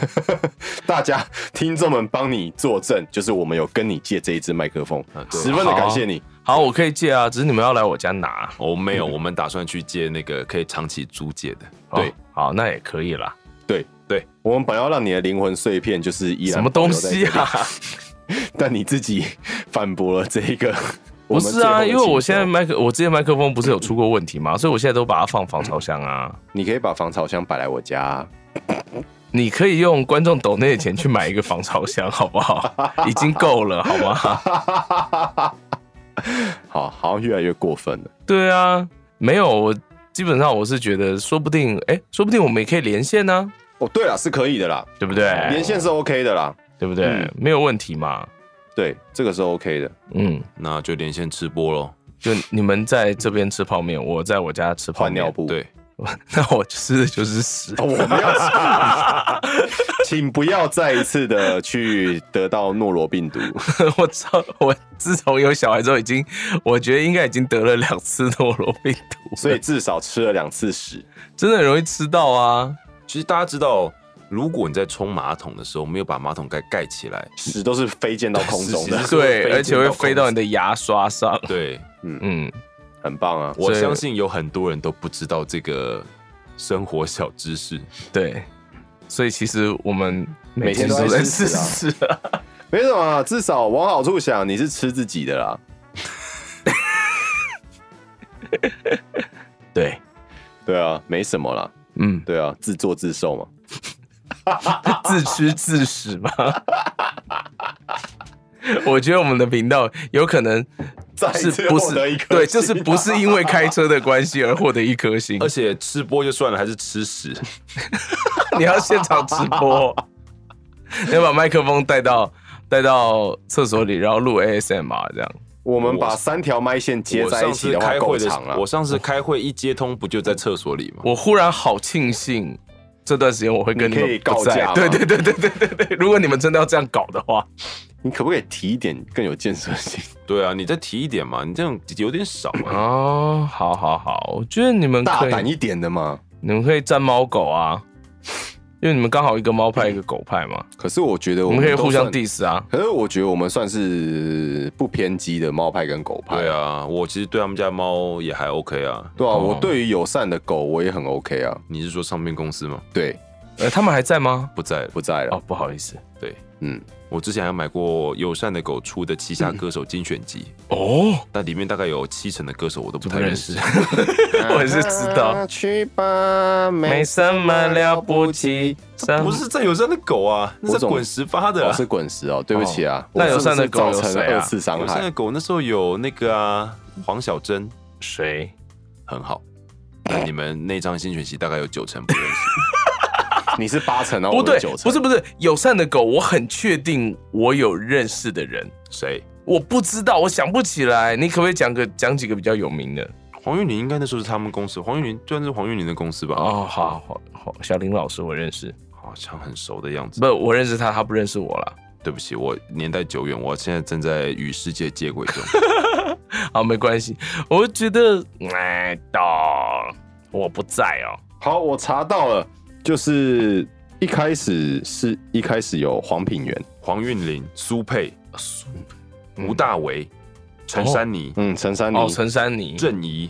C: 大家听众们帮你作证，就是我们有跟你借这一支麦克风
B: 啊，对
C: 十分的感谢你。
D: 嗯好，我可以借啊，只是你们要来我家拿。
B: 我哦们没有，我们打算去借那个可以长期租借的。
D: 哦
C: 对，
D: 好，那也可以啦。
C: 我们本来要让你的灵魂碎片就是依然
D: 什么东西
C: 保留
D: 啊？
C: 在这里，但你自己 <laughs> 反驳了这一个。
D: <laughs> 不是啊，因为我现在
C: 在
D: 麦克，我之前麦克风不是有出过问题嘛，所以我现在都把它放防潮箱啊。
C: 你可以把防潮箱摆来我家啊、
D: 你可以用观众抖内的钱去买一个防潮箱，好不好？已经够了，好吗？
C: 好，好像越来越过分了。
D: 对啊，没有，我基本上我是觉得，说不定，哎、说不定我们也可以连线呢、
C: 哦，对了，是可以的啦，
D: 对不对？
C: 连线是 OK 的啦。
D: 对不对？
C: 嗯
D: 没有问题嘛。
C: 对，这个是 OK 的。
D: 嗯，
B: 那就连线吃播喽。
D: 就你们在这边吃泡面，我在我家吃泡
C: 换
D: 面
C: 尿，布，，哦
B: 对，
D: <laughs> 那我吃的就是屎。 <laughs>
C: 我们要， <laughs> 请不要再一次的去得到诺罗病毒。
D: 我操！我自从有小孩之后，已经我觉得应该已经得了两次诺罗病毒，
C: 所以至少吃了两次屎。
D: 真的很容易吃到啊。
B: 其实大家知道，如果你在冲马桶的时候没有把马桶盖盖起来，
C: 屎都是飞溅到空中
B: 是
D: <laughs>
C: 的
B: 是，是会飞
D: 对，
B: 溅
D: 而且会飞
B: 到
D: 到
B: 空
D: 你的牙刷上。
B: 对
D: 嗯，
C: 很棒啊！
B: 我
D: 所以
B: 相信有很多人都不知道这个生活小知识。
C: 嗯
D: 对。所以其实我们每
C: 天
D: 天
C: 都在
D: 都在
C: 吃
D: 吃
C: 屎
D: 屎啊。
C: <laughs> 没什么啊，至少往好处想，你是吃自己的啦。
D: <laughs> 对，
C: 对啊，没什么啦。
D: 嗯，
C: 对啊，自作自受嘛。
D: 自吃自食嘛。 <laughs> 我觉得我们的频道有可能
C: 再一
D: 是
C: 次
D: 不
C: 获得一
D: 是
C: 颗
D: 对，
C: 星
D: 就是不是因为开车的关系而获得一颗星
B: 而，且吃播就算了，还是吃屎。
D: 你要现场直
C: <laughs>
D: 播，你要把麦克风带到带到厕所里，然后录 ASMR 这样。
C: 我们把三条麦线接
B: 我
C: 在
B: 上
C: 一起
B: 次
C: 的话
B: 开
C: 够
B: 会的
C: 长了
B: 我。上次开会一接通不就在厕所里吗？
D: 我忽然好庆幸这段时间我会跟
C: 你
D: 你
C: 可以
D: 们不
C: 告假
D: 在
C: 吗 <laughs>
D: 对对对对对对对，如果你们真的要这样搞的话，
C: 你可不可以提一点更有建设
D: <laughs>
C: 性？
B: 对啊，你再提一点嘛，你这样有点少啊。
D: 哦，好好好，我觉得你们
C: 大
D: 可
C: 胆
D: 以，
C: 一点的嘛？
D: 你们可以站猫狗啊， <laughs> 因为你们刚好一个猫派一个狗派嘛，
C: 可是我觉得我
D: <laughs> 我们可以
C: 都
D: 互相
C: 算
D: diss 啊。
C: 可是我觉得我们算是不偏激的猫派跟狗派。
B: 对，啊，我其实对他们家猫也还 OK 啊。
C: 对啊，
D: 哦
C: 我对于友善的狗我也很 OK 啊。
B: 你是说唱片公司吗？
C: 对，
D: 呃，他们还在吗？
B: 不在了。
C: 不在了。
D: 哦，不好意思，
B: 对
C: 嗯，
B: 我之前还买过友善的狗出的旗下歌手精选集，
C: 嗯
D: 哦，
B: 但里面大概有七成的歌手我都不太
D: 怎么
B: 认
D: 认
B: 识
D: 识？。 <laughs> 我也是知道，
C: 去吧，
D: 没
C: 没
D: 什么了不起，
B: <laughs>
D: 什
B: 不
D: 么
B: 是在友善的狗啊，那
C: 我
B: 是
C: 总
B: 滚石发的
C: 我
B: 啊。
C: 是滚石哦，对不起啊。
D: 那
C: 我是
D: 友
C: 不是
D: 善的狗有
C: 造成了
D: 谁啊
C: 二次伤
B: 友善的
C: 害，
B: 狗那时候有那个啊，黄小珍
D: 谁？
B: 很
C: <laughs>
B: 好。那你们那张新选集大概有九成不认识，
C: 你是八成，然后
D: 不
C: 我
D: 对
C: 是九，成，
D: 不是不是，友善的狗，我很确定我有认识的人，
B: 谁？
D: 我不知道，我想不起来。你可不可以讲个讲几个比较有名的？
B: 黄韵玲应该那时候是他们公司，黄韵玲算是黄韵玲的公司吧？
D: 哦，好好好，小林老师我认识，
B: 好像很熟的样子。
D: 不，我认识他，他不认识我了。
B: 对不起，我年代久远，我现在正在与世界接轨
D: <laughs>
B: 中。
D: 好，没关系，我就觉得，哎，到我不在哦。
C: 好，我查到了，就是一开始是一开始有黄品源，
B: 黄韵玲、苏佩、吴大维、陈珊妮、
C: 嗯，陈珊妮、
D: 哦，陈珊妮，
B: 郑怡、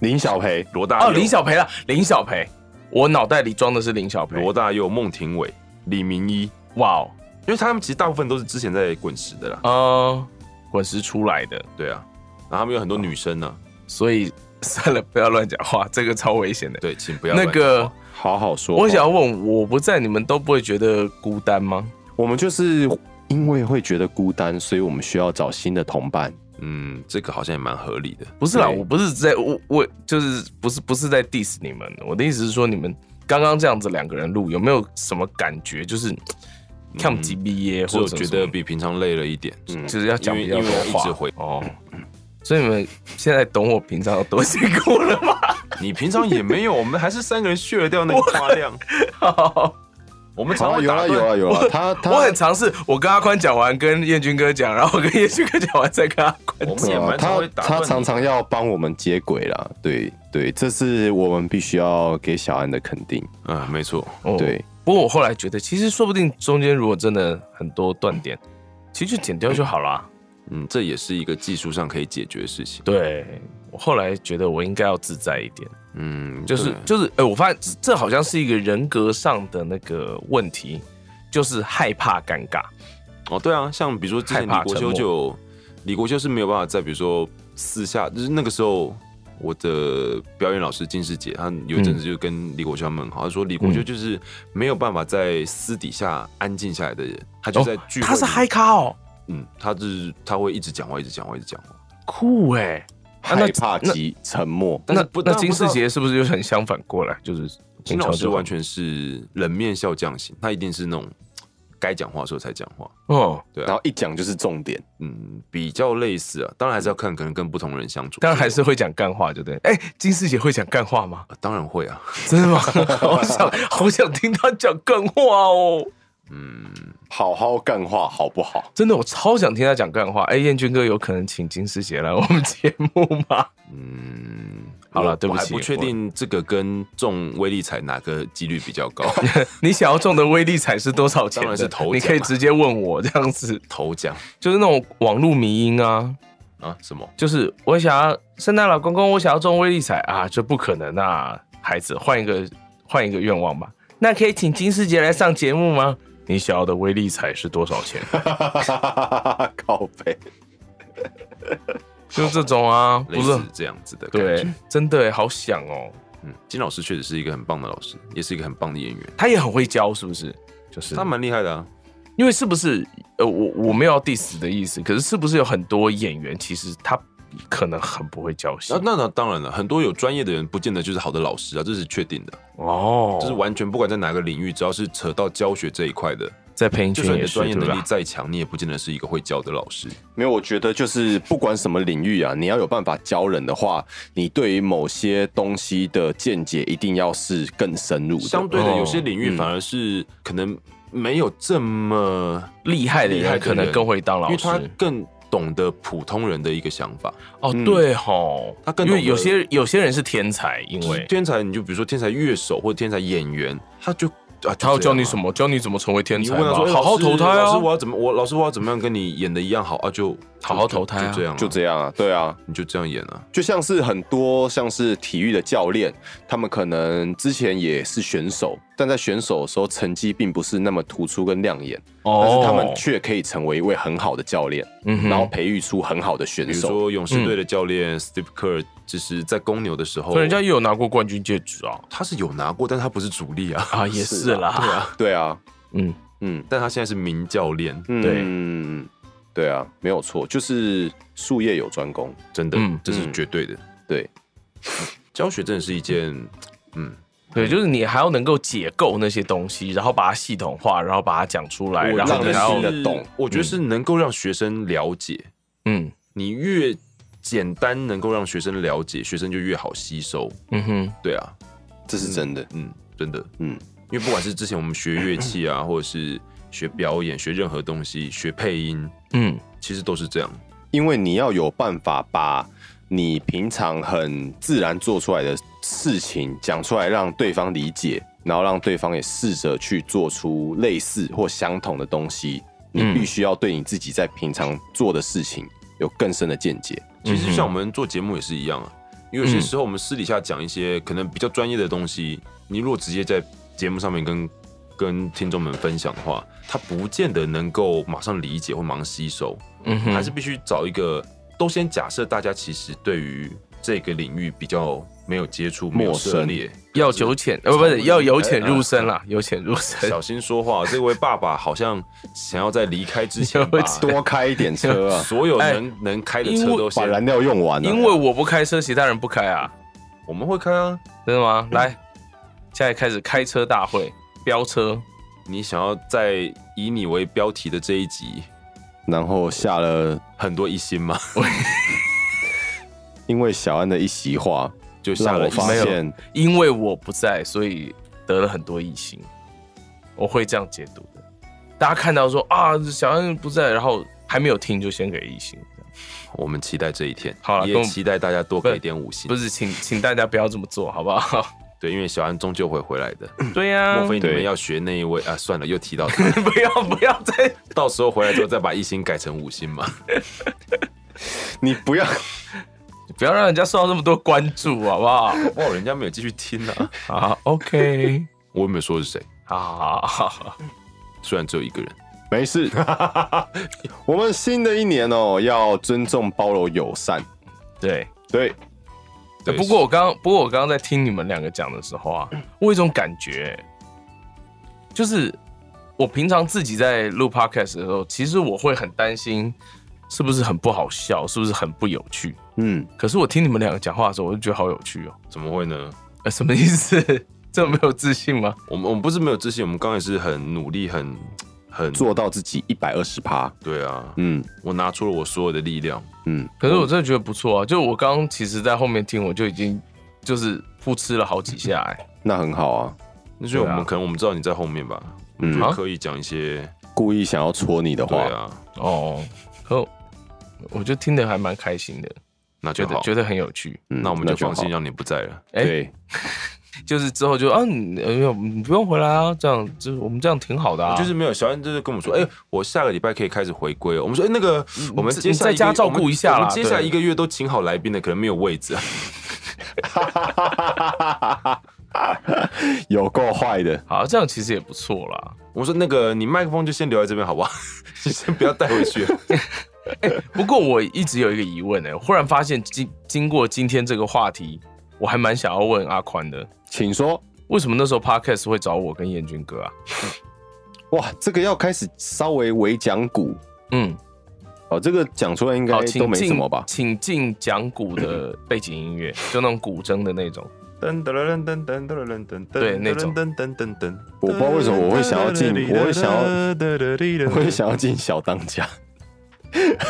C: 林小培，
B: 罗大佑
D: 哦，林小培了，林小培，我脑袋里装的是林小培。
B: 罗大佑、孟庭苇、李明一，
D: 哇哦，
B: 因为他们其实大部分都是之前在滚石的啦。
D: 呃，滚石出来的，
B: 对啊，然后他们有很多女生呢、
D: 所以算了，不要乱讲话，这个超危险的。
B: 对，请不要
D: 那
B: 乱讲
D: 个
B: 话，
C: 好好说话。哦
D: 我想要问，我不在，你们都不会觉得孤单吗？
C: 我们就是因为会觉得孤单，所以我们需要找新的同伴。
B: 嗯，这个好像也蛮合理的。
D: 不是啦，
C: 对
D: 我不是在，我我就是不是不是在 diss 你们，我的意思是说，你们刚刚这样子两个人录，有没有什么感觉？就是看几毕业，
B: 嗯只
D: 或
B: 有
D: 者
B: 觉
D: 什
B: 得
D: 么
B: 比平常累了一点。嗯，
D: 就是要讲
B: 因为
D: 比较
B: 因为
D: 多
B: 我一
D: 话
B: 直回
D: 哦。所以你们现在懂我平常有多辛苦了
B: <laughs>
D: 吗？
B: 你平常也没有，我们还是三个人削了掉那个花量。
D: <laughs>
B: 我们常
D: 哦
C: 好，
B: 常打
C: 啊有
D: 啊
B: 断
C: 了有了有了，他他
D: 我很尝试，我跟阿宽讲完，跟彦军哥讲，然后我跟彦军哥讲完，再跟阿宽
B: 我们
C: 对
B: 也
C: 啊
B: 蛮常
C: 他
B: 会打断
C: 他
B: 你
C: 常常要帮我们接轨啦，对对，这是我们必须要给小安的肯定。
B: 啊，没错，
D: 哦
C: 对，
D: 不过我后来觉得，其实说不定中间如果真的很多断点，其实就剪掉就好啦。
B: 嗯，这也是一个技术上可以解决的事情。
D: 对我后来觉得我应该要自在一点，
B: 嗯，
D: 就是
B: 对
D: 就是，哎、我发现这这好像是一个人格上的那个问题，就是害怕尴尬。
B: 哦，对啊，像比如说之前
D: 害
B: 李
D: 怕
B: 国
D: 沉
B: 修
D: 默
B: 就有李国修是没有办法在比如说私下，就是那个时候我的表演老师金世杰，他有一阵子就跟李国修他们很好，他说李国修就是没有办法在私底下安静下来的人，他就在聚会、
D: 他是嗨，咖哦，
B: 嗯，他就是他会一直讲话，一直讲话，一直讲话。
D: 酷哎、啊那
C: 害怕及沉默，
B: 但是
D: 那
B: 不
D: 那
B: 但
D: 金
B: 不知
D: 世
B: 道
D: 杰是不是就很相反过来？就是
B: 金
D: 平
B: 老
D: 常
B: 师
D: 就
B: 完全是冷面笑匠型，他一定是那种该讲话的时候才讲话，
D: 哦，
B: 对
C: 然
B: 啊
C: 后，一讲就是重点。
B: 嗯，比较类似啊。当然还是要看，可能跟不同人相处，
D: 当然还是会讲干话，对不对？哎、金世杰会讲干话吗？
B: 呃当然会啊。
D: 真的吗？ <laughs> 好想好想听他讲干话哦！
C: 好好干话好不好？ <laughs>
D: 真的，我超想听他讲干话。哎、彦军哥有可能请金师姐来我们节目吗？
B: 嗯，
D: 好了
B: 我
D: 对不起
B: 我还不确定这个跟中威力彩哪个几率比较
D: <laughs>
B: 高，
D: 你想要中的威力彩是多少钱
B: 当然
D: 的？
B: 是头奖啊
D: 你可以直接问我这样子， <laughs>
B: 头奖
D: 就是那种网络迷音啊，
B: 啊？什么？
D: 就是我想要圣诞老公公，我想要中威力彩啊，这不可能啊！孩子，换一个换一个愿望吧。那可以请金师姐来上节目吗？你想要的威力彩是多
B: <laughs>
D: 少钱？
C: 靠背，
D: 就这种啊，
B: 类
D: 不是
B: 似这样子的感觉。
D: 对，真的耶好想哦。
B: 嗯，金老师确实是一个很棒的老师，也是一个很棒的演员，
D: 他也很会教，是不是？就是
B: 他蛮厉害的啊。
D: 因为是不是呃，我我没有要 diss 的意思，可是是不是有很多演员其实他可能很不会教戏
B: 那那那当然了，很多有专业的人不见得就是好的老师啊，这是确定的。
D: 哦，
B: 就是完全不管在哪个领域，只要是扯到教学这一块的，
D: 在配音
B: 就
D: 圈
B: 算你
D: 也
B: 的
D: 是
B: 专业
D: 对
B: 能力
D: 吧？
B: 再强，你也不见得是一个会教的老师。
C: 没有，我觉得就是不管什么领域啊，你要有办法教人的话，你对于某些东西的见解一定要是更深入的。
B: 相对的，
D: 哦
B: 有些领域反而是可能没有这么，
D: 厉害的
B: 厉害的
D: 人可能
B: 人
D: 更会当
B: 因
D: 老
B: 为
D: 师
B: 他更懂得普通人的一个想法。
D: 哦，对吼，
B: 嗯他更
D: 因为
B: 懂得
D: 有些有些人是天才，因为
B: 天才，你就比如说天才乐手或者天才演员，他就啊，
D: 他要教你
B: 么？
D: 什么？教你怎么成为天
B: 你
D: 才
B: 问他
D: 嘛？
B: 说：“哎
D: 好好
B: 老师
D: 投胎
B: 老师，我
D: 啊！
B: 要怎么？我老师我要怎么样跟你演的一样好啊？就
D: 好好投胎啊
B: 就这样啊，
C: 就这样啊，对啊，
B: 你就这样演啊。
C: 就像是很多像是体育的教练，他们可能之前也是选手，但在选手的时候成绩并不是那么突出跟亮眼，
B: 哦
C: 但是他们却可以成为一位很好的教练，
D: 哦嗯哼
C: 然后培育出很好的选
B: 比如
C: 手。
B: 说勇士队的教练 Steve Kerr，就是在公牛的时候，
D: 可嗯人家也有拿过冠军戒指啊！
B: 他是有拿过，但他不是主力啊。
D: 啊，也 <laughs> 是啦，
B: 对啊，
C: 对啊，
D: 嗯，
C: 嗯
B: 但他现在是名教练，
D: 对
C: 嗯，对啊，没有错，就是术业有专攻。
B: 真的
D: 嗯，
B: 这是
C: 嗯
B: 绝对的。
C: 对，
B: 教学真的是一件，嗯，
D: 对，就是你还要能够解构那些东西，然后把它系统化，然后把它讲出来，然后
C: 让
D: 你
C: 人
D: 还
C: 听
D: 要
C: 得懂，
B: 我觉得是能够让学生了解，
D: 嗯
B: 你越简单能够让学生了解，学生就越好吸收。
D: 嗯哼
B: 对啊，
C: 这是真的。
B: 嗯，真的，
C: 嗯
B: 因为不管是之前我们学乐器啊，或者是学表演、学任何东西、学配音，
D: 嗯
B: 其实都是这样。
C: 因为你要有办法把你平常很自然做出来的事情讲出来，让对方理解，然后让对方也试着去做出类似或相同的东西。你
D: 嗯
C: 必须要对你自己在平常做的事情有更深的见 <laughs> 解。
B: 其
D: 嗯
B: 实像我们做节目也是一样啊，因为有些时候我们私底下讲一些可能比较专业的东西，你如果直接在节目上面跟跟听众们分享的话，他不见得能够马上理解或马上吸收，
D: 嗯哼，
B: 还是必须找一个都先假设大家其实对于这个领域比较没有接触、没有
C: 陌生
B: 涉猎，
D: 要由浅呃不是
B: 从
D: 要由浅入
B: 哎
D: 深啦，由浅入深。
B: 小心说
D: <laughs>
B: 话，这位爸爸好像想要在离开之前把
D: 有一
C: 多开一点车 <laughs> 啊，
B: 所有
D: 哎
B: 能、能开的
D: 因
B: 车
D: 为
B: 都
C: 把
B: 先，
C: 燃料用完啊了。
D: 因为我不开车，其他人不开啊，
B: 我们会开啊。
D: 真的吗？来，现在开始开车大会，飙车。
B: 你想要在以你为标题的这一集，
C: 然后下了，
B: 很多一心吗？ <laughs>
C: 因为小安的一席话，
B: 就下
C: 让
B: 了
C: 我
B: 一
C: 发
B: 心
D: 没有
C: 现
D: 因为我不在，所以得了很多异心，我会这样解读的。大家看到说啊，小安不在，然后还没有听就先给异心，
B: 我们期待这一天，
D: 好了跟
B: 也
D: 我们
B: 期待大家多给点五星
D: 不。是，请请大家不要这么做，好不好？
B: 对，因为小安终究会回来的。
D: 对呀、
B: 莫非你们
C: 对
B: 要学那一位 <laughs> 啊？算了，又提到他，
D: 不要不要再
B: 到时候回来之后再把一星改成五星嘛？
C: 你不要，
D: 不要让人家受到那么多关注，好不好？
B: <laughs>
D: <laughs>
B: 哇，人家没有继续听啊！
D: 好，OK，
B: <laughs> 我又没有说是谁，
D: 好好好好，
B: 虽然只有一个人。<laughs>
C: 没事。我们新的一年哦，要尊重、包容、友善。
D: 对。
C: 对，
B: 对，嗯
D: 不过我刚不过我刚刚在听你们两个讲的时候啊，我有一种感觉，就是我平常自己在录 podcast 的时候，其实我会很担心是不是很不好笑，是不是很不有趣。
C: 嗯，
D: 可是我听你们两个讲话的时候，我就觉得好有趣哦。
B: 怎么会呢？
D: 呃，什么意思？ <laughs> 这么没有自信吗？
B: 我们我们不是没有自信，我们刚才是很努力，很很
C: 做到自己一百二十趴。
B: 对啊，
C: 嗯
B: 我拿出了我所有的力量，
C: 嗯，
D: 可是我真的觉得不错啊。就我刚刚其实，在后面听我就已经就是噗嗤了好几下、
B: <laughs>
D: 哎，
C: 那很好啊，
B: 那所以我
D: 对啊
B: 们可能我们知道你在后面吧，
C: 嗯
D: 啊
B: 就刻意讲一些
C: 故意想要戳你的
B: 对
C: 话，
B: 啊，
D: 哦，可我就听得还蛮开心的，
B: 那就
D: 觉得
B: 好，
D: 觉得很有趣。
C: 嗯
B: 那我们就放心
C: 好
B: 让你不在了。
D: 哎、
C: 对，
D: 就是之后就啊，你哎呦，你不用回来啊，这样就是我们这样挺好的啊。
B: 就是没有小安，就是跟我们说，哎，我下个礼拜可以开始回归哦。我们说，哎，那个我们
D: 你
B: 接下来
D: 你在家
B: 一个
D: 照顾一下啦
B: 我们接下来
D: 对
B: 一个月都请好来宾的，可能没有位 <laughs> 置啊。
C: 有够坏的，
D: 好，这样其实也不错啦。
B: 我说，那个你麦克风就先留在这边好不好？ <laughs> 你先不要带回去。
D: 哎不过我一直有一个疑问呢、我忽然发现经经过今天这个话题，我还蛮想要问阿宽的，
C: 请说。
D: 为什么那时候 podcast 会找我跟彦君哥啊？
C: 哇，这个要开始稍微围讲股
D: 嗯，
C: 哦，这个讲出来应该
D: 好，请
C: 都没
D: 进
C: 什么吧？
D: 请进讲鼓的背景
C: <laughs>
D: 音乐，就那种古筝的那种。
B: 噔噔噔噔噔噔噔噔，
D: 对那种
B: 噔噔噔噔噔。
C: 我不知道为什么我会想要进我会想
B: 要
C: 要 <laughs>
B: <laughs>
C: 我也想要进小当家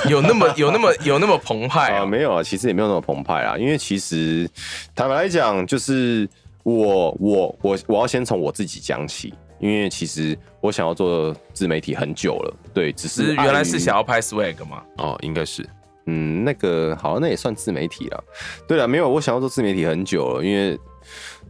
D: 有那么有那么有那么澎
C: <laughs>
D: 湃
C: 啊，
D: 啊？
C: 没有啊，其实也没有那么澎湃啊，因为其实坦白来讲，就是我我我我要先从我自己讲起，因为其实我想要做自媒体很久了，对，只
D: 只
C: 是
D: 是原来
C: 碍于
D: 是想要拍 swag 嘛？
B: 哦，应该是
C: 嗯，那个好，那也算自媒体了。对了，没有，我想要做自媒体很久了，因为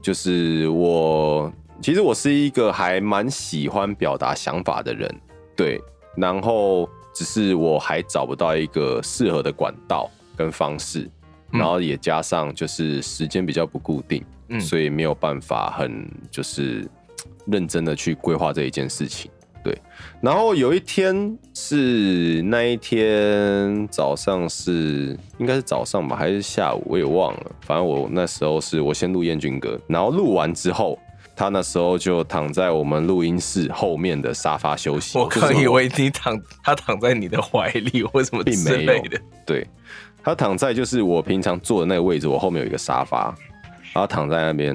C: 就是我其实我是一个还蛮喜欢表达想法的人，对，然后只是我还找不到一个适合的管道跟方式，
D: 嗯
C: 然后也加上就是时间比较不固定，
D: 嗯
C: 所以没有办法很就是嘖认真的去规划这一件事情。对，然后有一天是那一天早上是应该是早上吧，还是下午我也忘了。反正我那时候是我先录燕军哥，然后录完之后，他那时候就躺在我们录音室后面的沙发休息。
D: 我
C: 就
D: 刚
C: 是
D: 以为你躺他躺在你的怀里或什么
C: 并
D: 之
C: 没
D: 类
C: 有
D: 的，
C: 对，他躺在就是我平常坐的那个位置，我后面有一个沙发，然后躺在那边，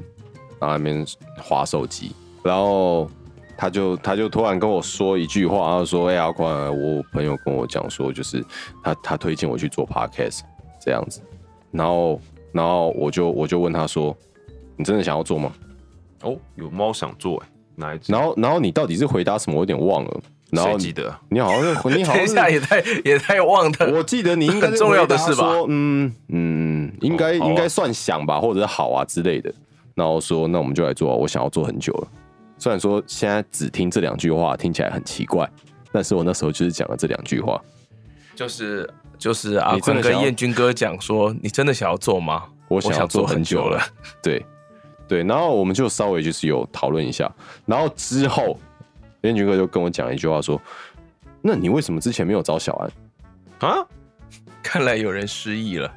C: 然后那边划手机，然后他就他就突然跟我说一句话，然后说：“哎、阿宽，我朋友跟我讲说，就是他他推荐我去做 podcast 这样子。”然后然后我就我就问他说：“你真的想要做吗
B: 哦，有猫想做哎，哪一？”只？
C: 然后然后你到底是回答什么？我有点忘了。然后
B: 谁
C: 你
B: 记得？
C: 你好像是你好
D: <laughs>
C: 像
D: 等一
C: 是
D: 下也太也太忘 <laughs> 的。
C: 我记得你应该
D: 很重要的事吧
C: 是回答说嗯嗯，应该、
B: 哦好啊
C: 应该算想吧，或者是好啊之类的。然后说，那我们就来做啊、我想要做很久了。虽然说现在只听这两句话听起来很奇怪，但是我那时候就是讲了这两句话。
D: 就是就是阿
C: 你真
D: 坤
C: 的
D: 跟
C: 想要
D: 燕军哥讲说，你真的想要做吗？
C: 我想要
D: 做
C: 做很
D: 久
C: 久了。对对，然后我们就稍微就是有讨论一下，然后之后燕军哥就跟我讲一句话说：“那你为什么之前没有找小安？”
B: 啊？
D: <laughs> 看来有人失忆了。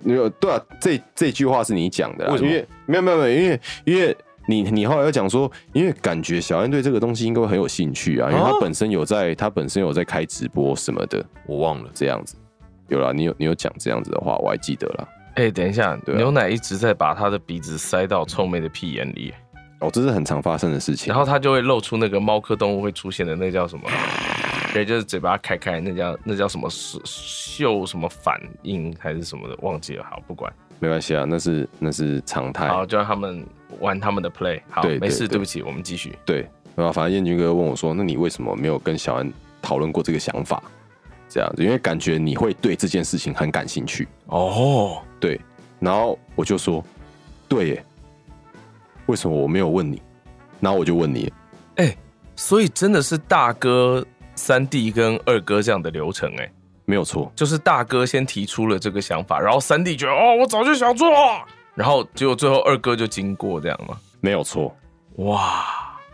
C: 没有对啊，这这句话是你讲的啦，啊
B: 为什么
C: 因为没有没有没有，因为因为你你后来又讲说，因为感觉小安对这个东西应该会很有兴趣啊，因为
B: 啊
C: 他本身有在他本身有在开直播什么的
B: 我忘了，
C: 这样子。有啦，你有你有讲这样子的话，我还记得啦。
D: 哎、等一下，
C: 对啊
D: 牛奶一直在把他的鼻子塞到臭妹的屁眼里，
C: 哦，这是很常发生的事情。
D: 然后他就会露出那个猫科动物会出现的那叫
C: <laughs>
D: 什么？对，就是嘴巴开开，那叫那叫什么嗅嗅什么反应还是什么的，忘记了。好，不管，
C: 没关系啊，那是那是常态。
D: 好，就让他们玩他们的 play。好，
C: 哎对
D: 没事，
C: 对对
D: 对不起，我们继续。
C: 对，然后反正燕军哥问我说：“那你为什么没有跟小安讨论过这个想法？”这样子，因为感觉你会对这件事情很感兴趣。
D: 哦，
C: 对，然后我就说，对耶，为什么我没有问你？然后我就问你，
D: 所以真的是大哥、三弟跟二哥这样的流程、哎。
C: 没有错，
D: 就是大哥先提出了这个想法，然后三弟觉得哦，我早就想做了，然后结果最后二哥就经过这样嘛，
C: 没有错，
D: 哇，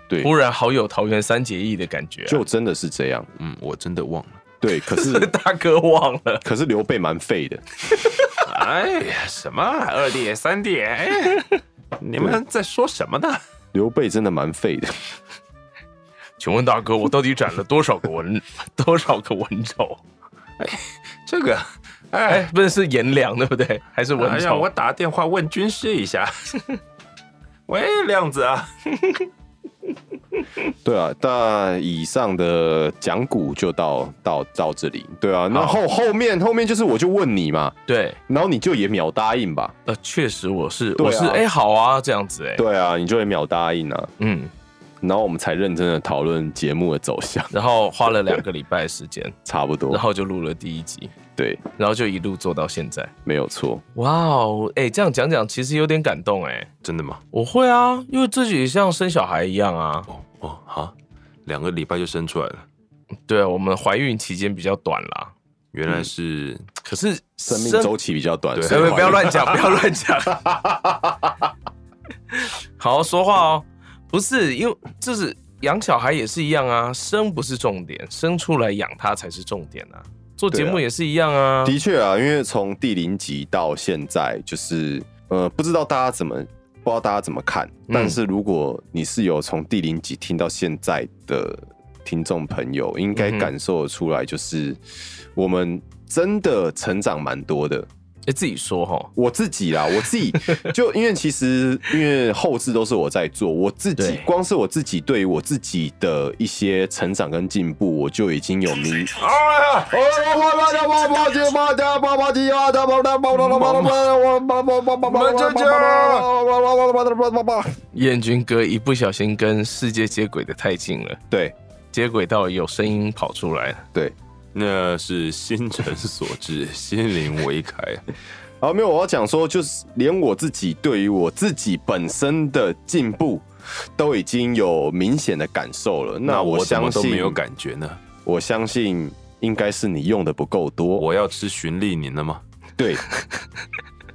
C: 对，
D: 突然好有桃园三结义的感觉啊、
C: 就真的是这样。
B: 嗯，我真的忘了。
C: 对，可
D: 是
C: 是
D: <laughs> 大哥忘了，
C: 可是刘备蛮废的，
B: 哎呀，什么二弟三弟，哎你们在说什 <laughs> 么呢？
C: 刘备真的蛮废的。
D: 请问大哥，我到底斩了多少个文 <laughs> 多少个文丑？
B: 这个，
D: 哎
B: 哎，，
D: 不是是颜良对不对？还是文
B: 哎呀，
D: 丑？
B: 我打电话问军师一 <laughs> 下。喂，亮子啊，
C: 对啊，那以上的讲古就到到到这里。对啊，然后后面后面就是我就问你嘛，
D: 对，
C: 然后你就也秒答应吧。
D: 呃，确实我是、
C: 对啊
D: 我是哎、好啊这样子哎、
C: 对啊，你就也秒答应啊，
D: 嗯，
C: 然后我们才认真的讨论节目的走向，
D: 然后花了两个礼拜的时间，
C: 差不
D: 然
C: 多。
D: 后就录了第一集，
C: 对，
D: 然后就一路做到现在。
C: 没有错。
D: 哇哦，哎，这样讲讲其实有点感动哎。
B: 真的吗？
D: 我会啊，因为自己像生小孩一样啊。
B: 哦哦，好，两个礼拜就生出来了，
D: 对啊，我们怀孕期间比较短啦，
B: 原来是
D: 可是
C: 生命
D: 生
C: 周期比较短，
B: 对
C: 所以
D: 哎
C: 怀
D: 不要
C: 孕
D: 乱讲，不要乱讲。
C: <laughs>
D: 好好说话哦，不是因为就是养小孩也是一样啊，生不是重点，生出来养他才是重点啊。做节目
C: 对啊
D: 也是一样
C: <laughs>
D: 啊，
C: 的确啊，因为从第零集到现在，就是呃，不知道大家怎么，不知道大家怎么看。
D: 嗯
C: 但是如果你是有从第零集听到现在的听众朋友，应该
D: 嗯哼
C: 感受得出来，就是我们真的成长蛮多的。
D: 哎，自己说哈，
C: 我自己啦，我自己就因为其实因为后置都是我在做，我自己
D: 对
C: 光是我自己对于我自己的一些成长跟进步，我就已经有明。
D: 燕军哥一不小心跟世界接轨的太近了，
C: 对
D: 接轨到有声音跑出来了。
C: 对，
B: 那是心诚所至，心灵为开。啊 <laughs>
C: 然后没有我要讲说，就是连我自己对于我自己本身的进步，都已经有明显的感受了。那我
B: 怎么
C: 相
B: 都
C: 信
B: 没有感觉呢？
C: 我相信应该是你用的不够多。
B: 我要吃循例宁了吗？
D: <laughs>
C: 对，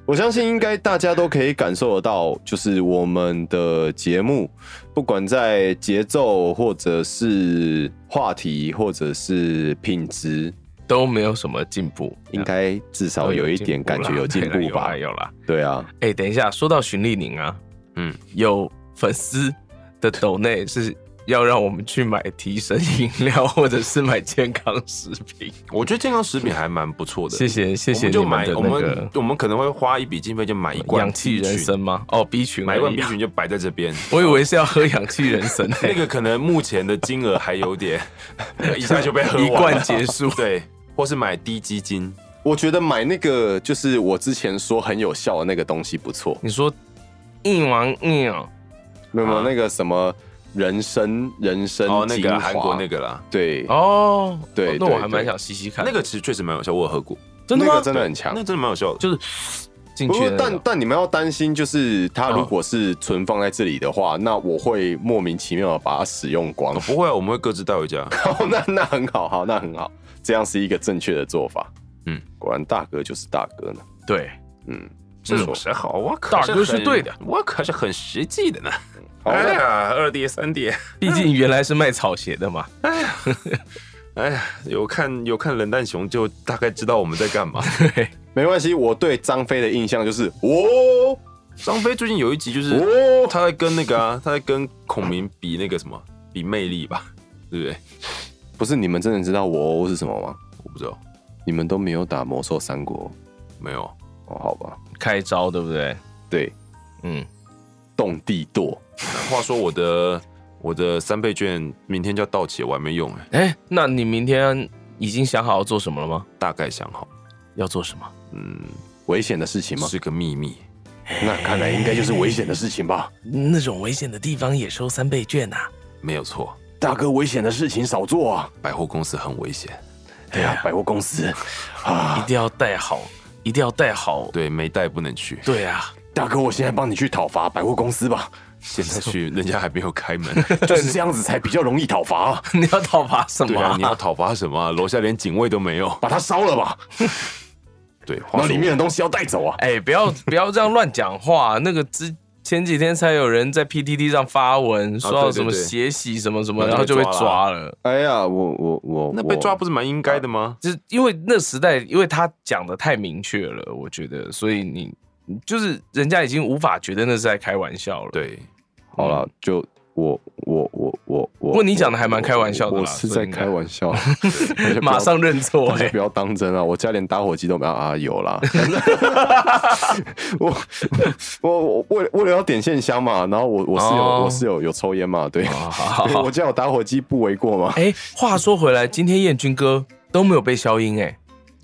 C: 我相信应该大家都可以感受得到，就是我们的节目，不管在节奏或者是话题或者是品质，
D: 都没有什么进步，
C: 应该至少有一点感觉有进步
D: 有
C: 吧
D: 啦？有啦。
C: 对啊，
D: 哎、等一下，说到循例宁啊，
B: 嗯，
D: 有粉丝的抖内是要让我们去买提神饮料，或者是买健康食品。
B: 我觉得健康食品还蛮不错的。
D: 谢谢谢
B: 我
D: 谢
B: 们
D: 你
B: 就买
D: 们的
B: 我
D: 那
B: 们
D: 个
B: 我们可能会花一笔经费就买一罐
D: 氧气
B: B 群
D: 人参，吗？哦，B 群
B: 买一罐
D: 而已
B: B
D: 啊
B: 群就摆在这 <laughs> 边。
D: <laughs> 我以为是要喝氧气人参、
B: 那
D: 欸，
B: 个可能目前的金额还有点， <laughs> 一下就被喝完了
D: 一罐结束
B: <laughs> 对，或是买低基金，
C: 我觉得买那个就是我之前说很有效的那个东西不错，
D: 你说硬王硬哦，
C: 那么
B: 啊
C: 那个什么人参人参
B: 哦，那
C: 精
B: 个
C: 华
B: 韩国那个啦，
C: 对，
D: 哦
C: 对
D: 那我
C: 对
D: 还蛮
C: 对
D: 想吸吸看。
B: 那个其实确实蛮有效，我有喝过，
D: 真的
C: 那
D: 吗
C: 个？真的很强
B: 那。真的蛮有效的。
D: 就是进
C: 不
D: 去
C: 过
D: 的，那
C: 但
D: 种，
C: 但你们要担心，就是它
D: 嗯
C: 如果是存放在这里的话，那我会莫名其妙的把它使用光 <laughs>
B: 哦。不会啊，我们会各自带回家。
C: 好，那那很好，好，那很好，这样是一个正确的做法。
B: 嗯，
C: 果然大哥就是大哥呢。
D: 对，
C: 嗯，
B: 这种时候啊我可
D: 大
B: 是
D: 哥是
B: 很
D: 对的，
B: 我可是很实际的呢。
C: 好，
B: 哎
C: 那
B: 呀，二弟三弟，
D: 毕竟原来是卖草鞋的嘛。
B: 哎呀，有看有看冷淡熊就大概知道我们在干
C: <laughs>
B: 嘛。
D: 对，
C: 没关系，我对张飞的印象就是，哦
B: 张飞最近有一集就是
C: 哦，
B: 他在跟那个啊，他在跟孔明比那个什么，比魅力吧，对不对？
C: 不是你们真的知道我哦是什么吗？
B: 我不知道，
C: 你们都没有打魔兽三国
B: 没有。
C: 哦，好吧，
D: 开招对不对？
C: 对，
D: 嗯，
C: 动地剁，
B: 话说我的我的三倍券明天就要到期，我还没用哎，
D: 哎，那你明天已经想好要做什么了吗？
B: 大概想好，
D: 要做什么？
B: 嗯，
C: 危险的事情吗？
B: 是个秘密。
C: 那看来应该就是危险的事情吧。
D: 那种危险的地方也收三倍券啊呐、
B: 没有错，
C: 大哥，危险的事情少做啊。
B: 百货公司很危险，
C: 对啊，百货公司
D: 一定要带好，一定要带好。
B: 对，没带不能去，
D: 对啊，
C: 大哥，我现在帮你去讨伐百货公司吧，
B: 现在去人家还没有开
C: <laughs>
B: 门。啊
C: 就是这样子才比较容易讨伐、啊，
D: <laughs> 你要讨伐什
B: 对
D: 么、
B: 啊，你要讨伐什么啊、楼下连警卫都没有。
C: 把它烧了吧，
B: 对，
C: 然
D: 哦
B: 话
C: 后
B: 说
C: 里面的东西要带走啊。
D: 哎、不要不要这样乱讲话。啊 <laughs> 那个之前几天才有人在 PTT 上发文，说到
B: 对对
D: 什么
B: 对
D: 血洗什么什么，
B: 然
D: 然
B: 后
D: 后
B: 就
D: 就
B: 被
D: 被
B: 抓
D: 抓了。啊
C: 哎呀，我我我
B: 那被抓不是蛮应该的
C: 啊
B: 吗？
D: 就是因为那时代，因为他讲的太明确了，我觉得，所以你就是人家已经无法觉得那是在开玩笑了。，
B: 对，
C: 好了，就我我我我我。
D: 嗯不过你讲的还蛮开玩笑的啦
C: 我是在开玩
D: <laughs>
C: 笑，大家不要 <laughs>
D: 马上认错、
C: 大家
D: 哎
C: 不，要当真啊！我家连打火机都没有啊，有
D: <laughs>
C: 啦。我我我为了为了要点线香嘛，然后我我室友、
D: 哦
C: 我室友有抽烟嘛，对，
D: <laughs> 好好
C: <laughs> 对
D: 好
C: 我家有打火机不为过嘛。
D: 哎、话说回来，今天燕军哥都没有被消音、哎，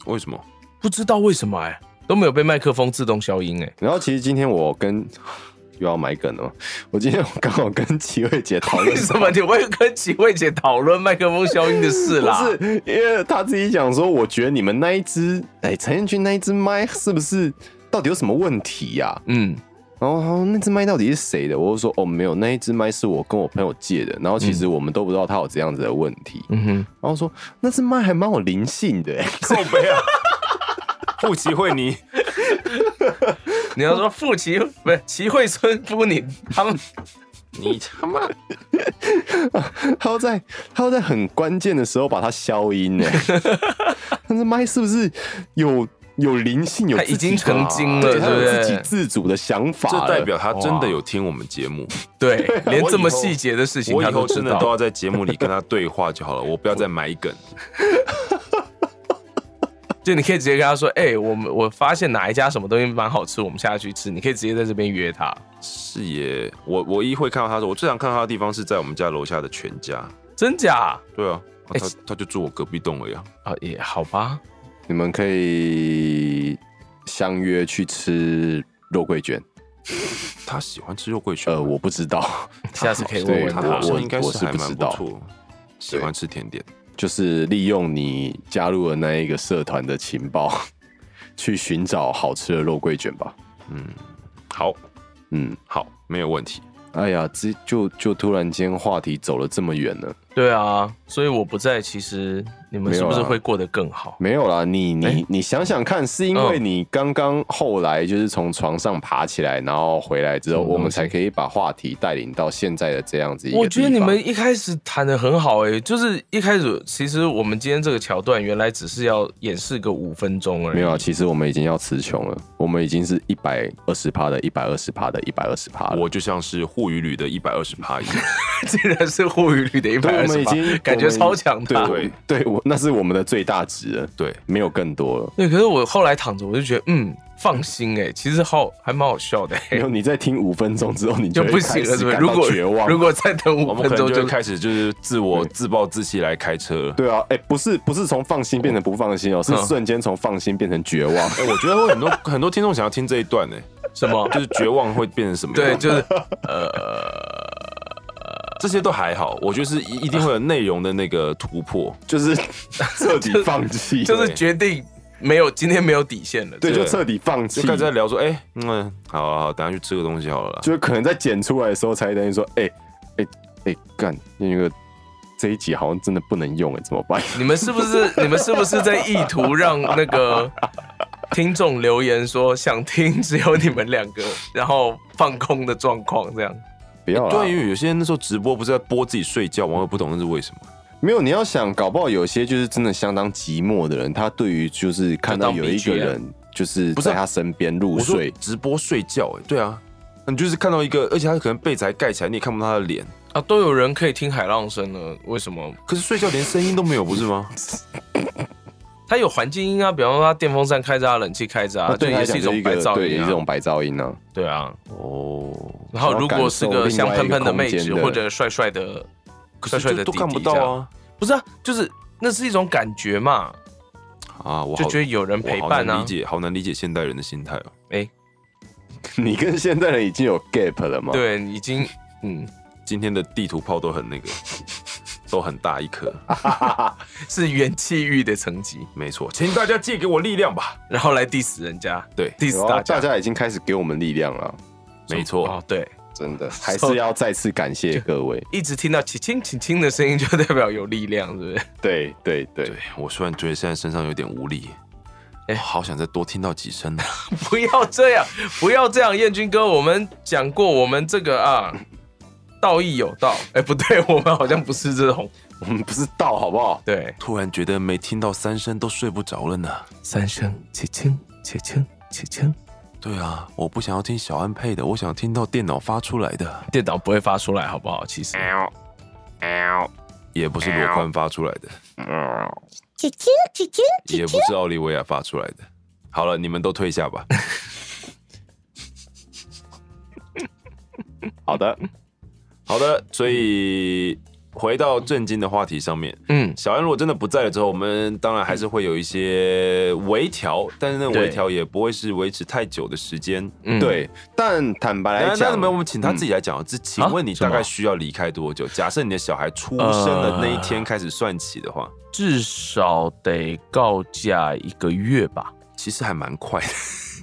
B: 为什么？
D: 不知道为什么、哎，都没有被麦克风自动消音、哎，
C: 然后其实今天我跟又要买梗了嘛，我今天我刚好跟齐慧姐讨
D: <laughs> 为
C: 论
D: 什么你会跟齐慧姐讨论麦克风消音的事
C: 不
D: 啦？
C: 是，因为她自己讲说，我觉得你们那一只，哎、陈彦君那一只麦是不是到底有什么问题呀、
D: 嗯，
C: 然后她说那只麦到底是谁的？我就说哦，没有，那一只麦是我跟我朋友借的。然后其实我们都不知道它有这样子的问题。
D: 嗯哼，
C: 然后说那只麦还蛮有灵性的、 <laughs> 哎
B: 靠背啊， <laughs> 傅奇惠妮，
D: 你要说富奇不是齐慧村夫你他们
B: 你他妈
C: 他要在他要在很关键的时候把它消音呢、 <laughs> 哎那只麦是不是有有灵性？有
D: 它
C: 自己
D: 已经成精了
C: 对它有
D: 啊对不对
C: 自己自主的想法
B: 这
C: 了，
B: 代表他真的有听我们节目。
D: 对，连这么细节的事情
B: 我
D: 他
B: 以后
D: 都知
B: 真的都
D: 道。
B: 要
C: <laughs>
B: 在节目里跟他对话就好了，我不要再埋梗。
D: 就你可以直接跟他说，哎、我们我发现哪一家什么东西蛮好吃，我们下去吃。你可以直接在这边约他，
B: 是耶，我我一会看到他说，我最常看到他的地方是在我们家楼下的全家。
D: 真假？
B: 对啊，啊
D: 哎
B: 他他就住我隔壁栋而已啊。
D: 啊，也好
C: <laughs>
D: 吧。
C: 你们可以相约去吃肉桂卷。
B: 他喜欢吃肉桂卷吗，
C: 呃，我不知道，
D: 下次可以问问
B: 他
C: 对
B: 好
D: 他。
B: 像应该
C: 我
B: 是
C: 是
B: 还
C: 不
B: 蛮
C: 知
B: 不
C: 道
B: 错，喜欢吃甜点。
C: 就是利用你加入了那一个社团的情报， <laughs> 去寻找好吃的肉桂卷吧。
B: 嗯，好
C: 嗯，
B: 好，没有问题。
C: 哎呀，这就就突然间话题走了这么远了。
D: 对啊，所以我不在，其实你们是不
C: 没
D: 是
C: 有啊
D: 会过得更好？
C: 没有啦，你你、
D: 哎
C: 你想想看，是因为
D: 嗯
C: 你刚刚后来就是从床上爬起来，然后回来之后，
D: 什么东西
C: 我们才可以把话题带领到现在的这样子一个地方。
D: 我觉得你们一开始谈的很好诶、哎就是一开始其实我们今天这个桥段原来只是要演示个五分钟而已。
C: 没有啊，其实我们已经要词穷了，我们已经是一百二十趴的，一百二十趴的，一百二十趴了。
B: 我就像是护鱼旅的一百二十趴一样，
D: <laughs> 竟然是护鱼率的一百
C: 对，
D: 二
C: 我们
D: 十
C: 已经
D: 感觉超强大。
C: 对，对我那是我们的最大值了，
B: 对，
C: 没有更多了。
D: 对，可是我后来躺着，我就觉得嗯，放心哎、其实好还蛮好笑的、
C: 没
D: 欸
C: 有，，你再听五分钟之后，你
D: 就
C: 会
D: 不行了，
C: 开始
D: 是不是？
C: 感
D: 如
C: 到
D: 果
C: 绝望，
D: 如果再等
B: 我
D: 五
B: 们
D: 分
B: 可能
D: 钟
B: 就会
D: 就
B: 开始就是自我自暴自弃来开车。
C: 对啊，哎、不是不是从放心变成不放心哦，是
D: 嗯
C: 瞬间从放心变成绝望。
B: 哎、我觉得会很多很多听众想要听这一段呢、
D: 什么？
B: 就是绝望会变成什么样？
D: <laughs> 对，就是
B: 这些都还好，我觉得是一一定会有内容的那个突破。
C: 就是彻底放弃，
D: <laughs> 就是决定没有今天没有底线了。
C: 对，
B: 对
C: 就彻底放
B: 就
C: 弃
B: 开。始在聊说，哎、嗯，好啊好，等下去吃个东西好了啦。
C: 就是可能在剪出来的时候才等于说，哎哎哎，干那个这一集好像真的不能用哎，怎么办？ <laughs>
D: 你们是不是你们是不是在意图让那个听众留言说想听只有你们两个，然后放空的状况这样？
C: 不要
F: 啊
B: 对，啊因
C: 啦，
B: 为有些人那时候直播不是在播自己睡觉，网友不懂那是为什么。
C: 没有你要想，搞不好有些就是真的相当寂寞的人，他对于就是看到
D: 就当
C: 有一
D: BGM
C: 个人就是
B: 不是啊
C: 在他身边入
B: 我说
C: 睡，
B: 直播睡觉、哎，对啊，你就是看到一个，而且他可能被子还盖起来，你也看不到他的脸，
D: 啊，都有人可以听海浪声了，为什么？
B: 可是睡觉连声音都没有，不是
D: <laughs>
B: 吗？
D: 它有环境音啊，比方说它电风扇开着啊，冷气开着啊，
C: 那对
D: 就
C: 他
D: 也
C: 讲
D: 是
C: 就
D: 一
C: 是
D: 种
C: 一
D: 白
C: 个
D: 噪
C: 对，也
D: 音
C: 是一
D: 啊。
C: 种白噪音呢。
D: 对啊，
B: 哦，
D: 然后如果是个香喷喷的妹
C: 想要感受
D: 子
C: 另外一个空间的
D: 或者帅帅的
B: 可
D: 帅帅
B: 是就
D: 的
B: 都
D: 弟弟
B: 看不到
D: 这样，
B: 啊
D: 不是啊，就是那是一种感觉嘛，
B: 啊！我好
D: 就觉得有人陪
B: 我好
D: 伴
B: 难
D: 啊
B: 理。解，好难理解现代人的心态哦。
D: 哎，
C: <laughs> 你跟现代人已经有 gap 了吗？，
D: 对，已经嗯
B: 今天的地图炮都很那个， <laughs> 都很大一颗，
D: 啊是元气欲的层级，
B: 没错，请大家借给我力量吧。
D: 然后来 diss 人家，
B: 对
D: ，diss 大
C: 大
D: 家，
C: 家已经开始给我们力量了，
B: 没错
D: 哦，，对，
C: 真 <laughs> 的，还是要再次感谢各位。
D: 一直听到起轻起轻的声音就代表有力量，是不是？ <laughs>
C: 对对对
B: 对，我虽然觉得现在身上有点无力，我
D: 哎
B: 好想再多听到几声
D: <laughs>
B: 呢。
D: 不要这样，不要这样，燕军哥，我们讲过，我们这个啊，道义有道，哎，不对， <laughs> 我们好像不是这种，
C: 我们不是道好不好？
D: 对，
B: 突然觉得没听到三声都睡不着了呢。
D: 三声起轻起轻起轻，
B: 对啊，我不想要听小安配的，我想听到电脑发出来的，
D: 电脑不会发出来，好不好？其实
B: 嗯也不是
C: 哎
B: 罗宽发出来的，
E: 姐姐姐姐
B: 也不是奥利维亚发出来的。好了，你们都退下吧。
C: <laughs> 好的，
B: 好的，所以回到正经的话题上面，
D: 嗯，
B: 小安如果真的不在了之后，我们当然还是会有一些微调，但是那
D: 对
B: 微调也不会是维持太久的时间。
D: 嗯，
C: 对，但坦
D: 哎
C: 白
B: 那
C: 来
B: 那
C: 讲，
B: 怎么我们请他自己来讲？这
D: 啊
B: 请问你大概需要离开多久？假设你的小孩出生的
D: 呃
B: 那一天开始算起的话，
D: 至少得告假一个月吧。
B: 其实还蛮快的。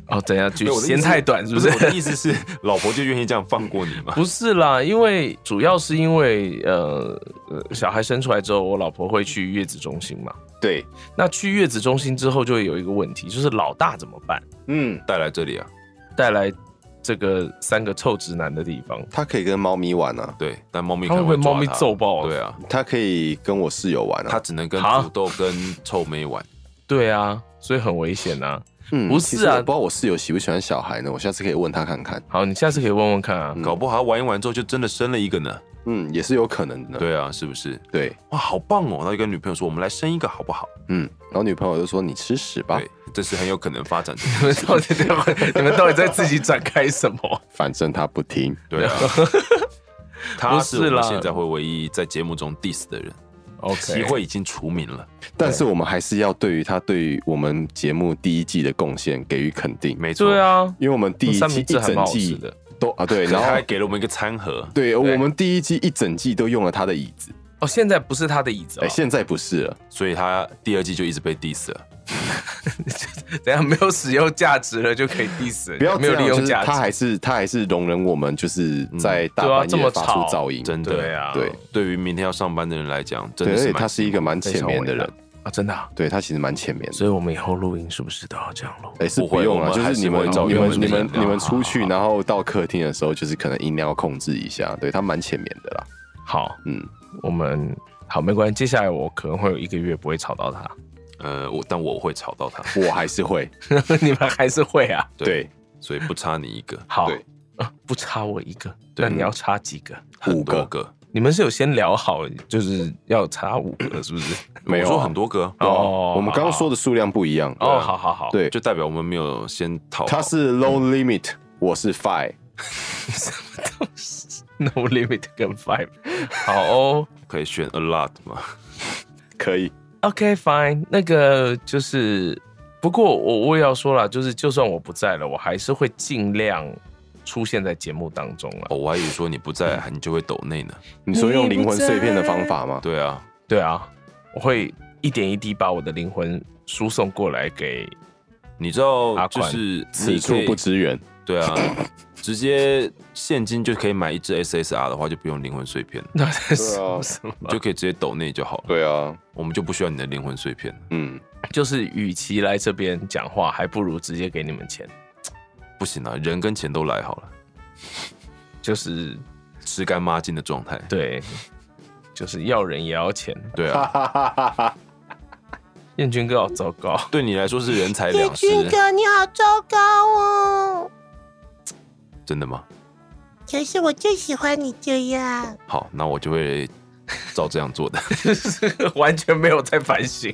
D: 哦，等一下，就
B: <laughs> 没有我的意思
D: 嫌太短是不
B: 不
D: 是
B: 是？我的意思是，老婆就愿意这样放过你吗？
D: <laughs> 不是啦，因为主要是因为呃，呃小孩生出来之后，我老婆会去月子中心嘛。
C: 对，
D: 那去月子中心之后，就会有一个问题，就是老大怎么办？
C: 嗯，
B: 带来这里啊，
D: 带来这个三个臭直男的地方，
C: <laughs> 他可以跟猫咪玩啊，
B: 对，但猫咪可
D: 他会
B: 能会
D: 被
B: 抓
D: 猫咪
B: 它
D: 揍爆啊
B: 对啊，
C: 他可以跟我室友玩啊，
B: 他只能跟
D: 好
B: 土豆跟臭妹玩。
D: 对啊，所以很危险呐、啊。
C: 嗯
D: 不
C: 其
D: 是啊
C: 实我不知道我室友喜不喜欢小孩呢，我下次可以问他看看。
D: 好，你下次可以问问看啊。
C: 嗯
B: 搞不好他玩一玩之后就真的生了一个呢。
F: 嗯，也是有可能的。
B: 对啊，是不是？
F: 对，
B: 哇，好棒哦！然后就跟女朋友说，我们来生一个好不好？
F: 嗯，然后女朋友就说你吃屎吧，
B: 对，这是很有可能发展的。
D: 你 <laughs> 们 <laughs> 到底在你们到底在自己展开
B: <laughs>
D: 什么？
F: 反正他不听。
B: 对
F: <laughs>
B: 啊，他
D: 不
B: 是
D: 是
B: 我们
D: 啦
B: 现在会唯一在节目中 diss 的人，机
D: OK，
B: 会已经除名了。
F: 但是我们还是要对于他对于我们节目第一季的贡献给予肯定，
B: 没错
D: 对，啊，
F: 因为我们第一
D: 三
F: 季
D: 明
F: 一
D: 治还蛮
F: 整
D: 好吃
F: 季
D: 的。
F: 都
D: <laughs>
F: 啊对，
B: 然
F: 然
B: 后他还
F: 后
B: 给了我们一个餐盒，
F: 对我们第一季一整季都用了他的椅子，
D: 哦，现在不是他的椅子、哦，
F: 哎，现在不是了，
B: 所以他第二季就一直被 diss 了。
D: <laughs> 等一下没有使用价值了就可以 diss，人
F: 不要
D: 没有
F: 这样
D: 利用
F: 就是
D: 价值，
F: 他还是他还是容忍我们就是在大
D: 对啊
F: 半
D: 这
F: 夜
D: 么
F: 发
D: 吵
F: 出噪音，
B: 真的
D: 对啊，
F: 对
B: 对于明天要上班的人来讲，真的
F: 对，而
B: 是
F: 且
B: 蛮
F: 他是一个蛮浅眠的人，
D: 啊，真的、啊，
F: 对他其实蛮浅眠的。
D: 所以我们以后录音是不是都要这样录？
F: 哎、是
B: 不会
F: 不用了，
B: 我们
F: 就
B: 还
F: 是
B: 是
F: 你们
B: 会找
F: 你
B: 原
F: 们
B: 本
F: 你
B: 的
F: 们
B: 人聊
F: 你们
B: 好
F: 出去，然后到客厅的时候，就是可能音量要控制一下，对他蛮浅眠的啦。
D: 好，
F: 嗯，
D: 我们好没关系，接下来我可能会有一个月不会吵到他， <laughs>
B: 呃，我但我会吵到他，
F: 我还是会
D: 你们还是会啊。
F: 对
B: 所以不差你一个，
D: 好
F: 对，
D: 啊不差我一个，
B: 对
D: 那你要差几个？
B: 很多
F: 五
B: 个，
D: 你们是有先聊好，就是要差五个，是不是？
F: 没有啊
B: 我说很多个，
F: 对啊
D: 哦
F: 我们刚刚说的数量不一样，
D: 哦，好好好，，
F: 对，
B: 就代表我们没有先讨好。
F: 他是 low limit，我是 five，
D: No limit 跟 five，好哦。
B: 可以选 a lot 嘛？
F: 可以，
D: OK fine，那个就是，不过我我也要说了，就是就算我不在了，我还是会尽量出现在节目当中了。
B: 哦，我还以为说你不在，
F: 嗯
B: 你就会抖内呢。
F: 你说用灵魂碎片的方法吗？
B: 对啊，
D: 对啊，我会一点一滴把我的灵魂输送过来给。
B: 你知道
D: 阿
B: 就
D: 宽
B: 是
F: 此
B: 你可
F: 处
B: 以
F: 不支援，
B: 对啊， <coughs> 直接现金就可以买一只 SSR 的话，就不用灵魂碎
F: <laughs>
B: 片了，
D: 那在
F: 对啊
D: 说什么？
B: 就可以直接抖内就好了。
F: 对啊，
B: 我们就不需要你的灵魂碎片，
F: 嗯，
D: <laughs> 就是，与其来这边讲话，还不如直接给你们钱。
B: 不行啊，人跟钱都来好了，
D: 就是
B: 吃干抹净的状态。
D: 对，就是要人也要钱。
B: 对啊，
F: <laughs>
D: 燕军哥好糟糕， <laughs>
B: 对你来说是人财两
E: 叶
B: 失，
E: 君哥，你好糟糕哦！
B: 真的吗？
E: 可是我最喜欢你这样。
B: 好，那我就会照这样做
F: <laughs>
B: 的。
D: 完全没有在反省。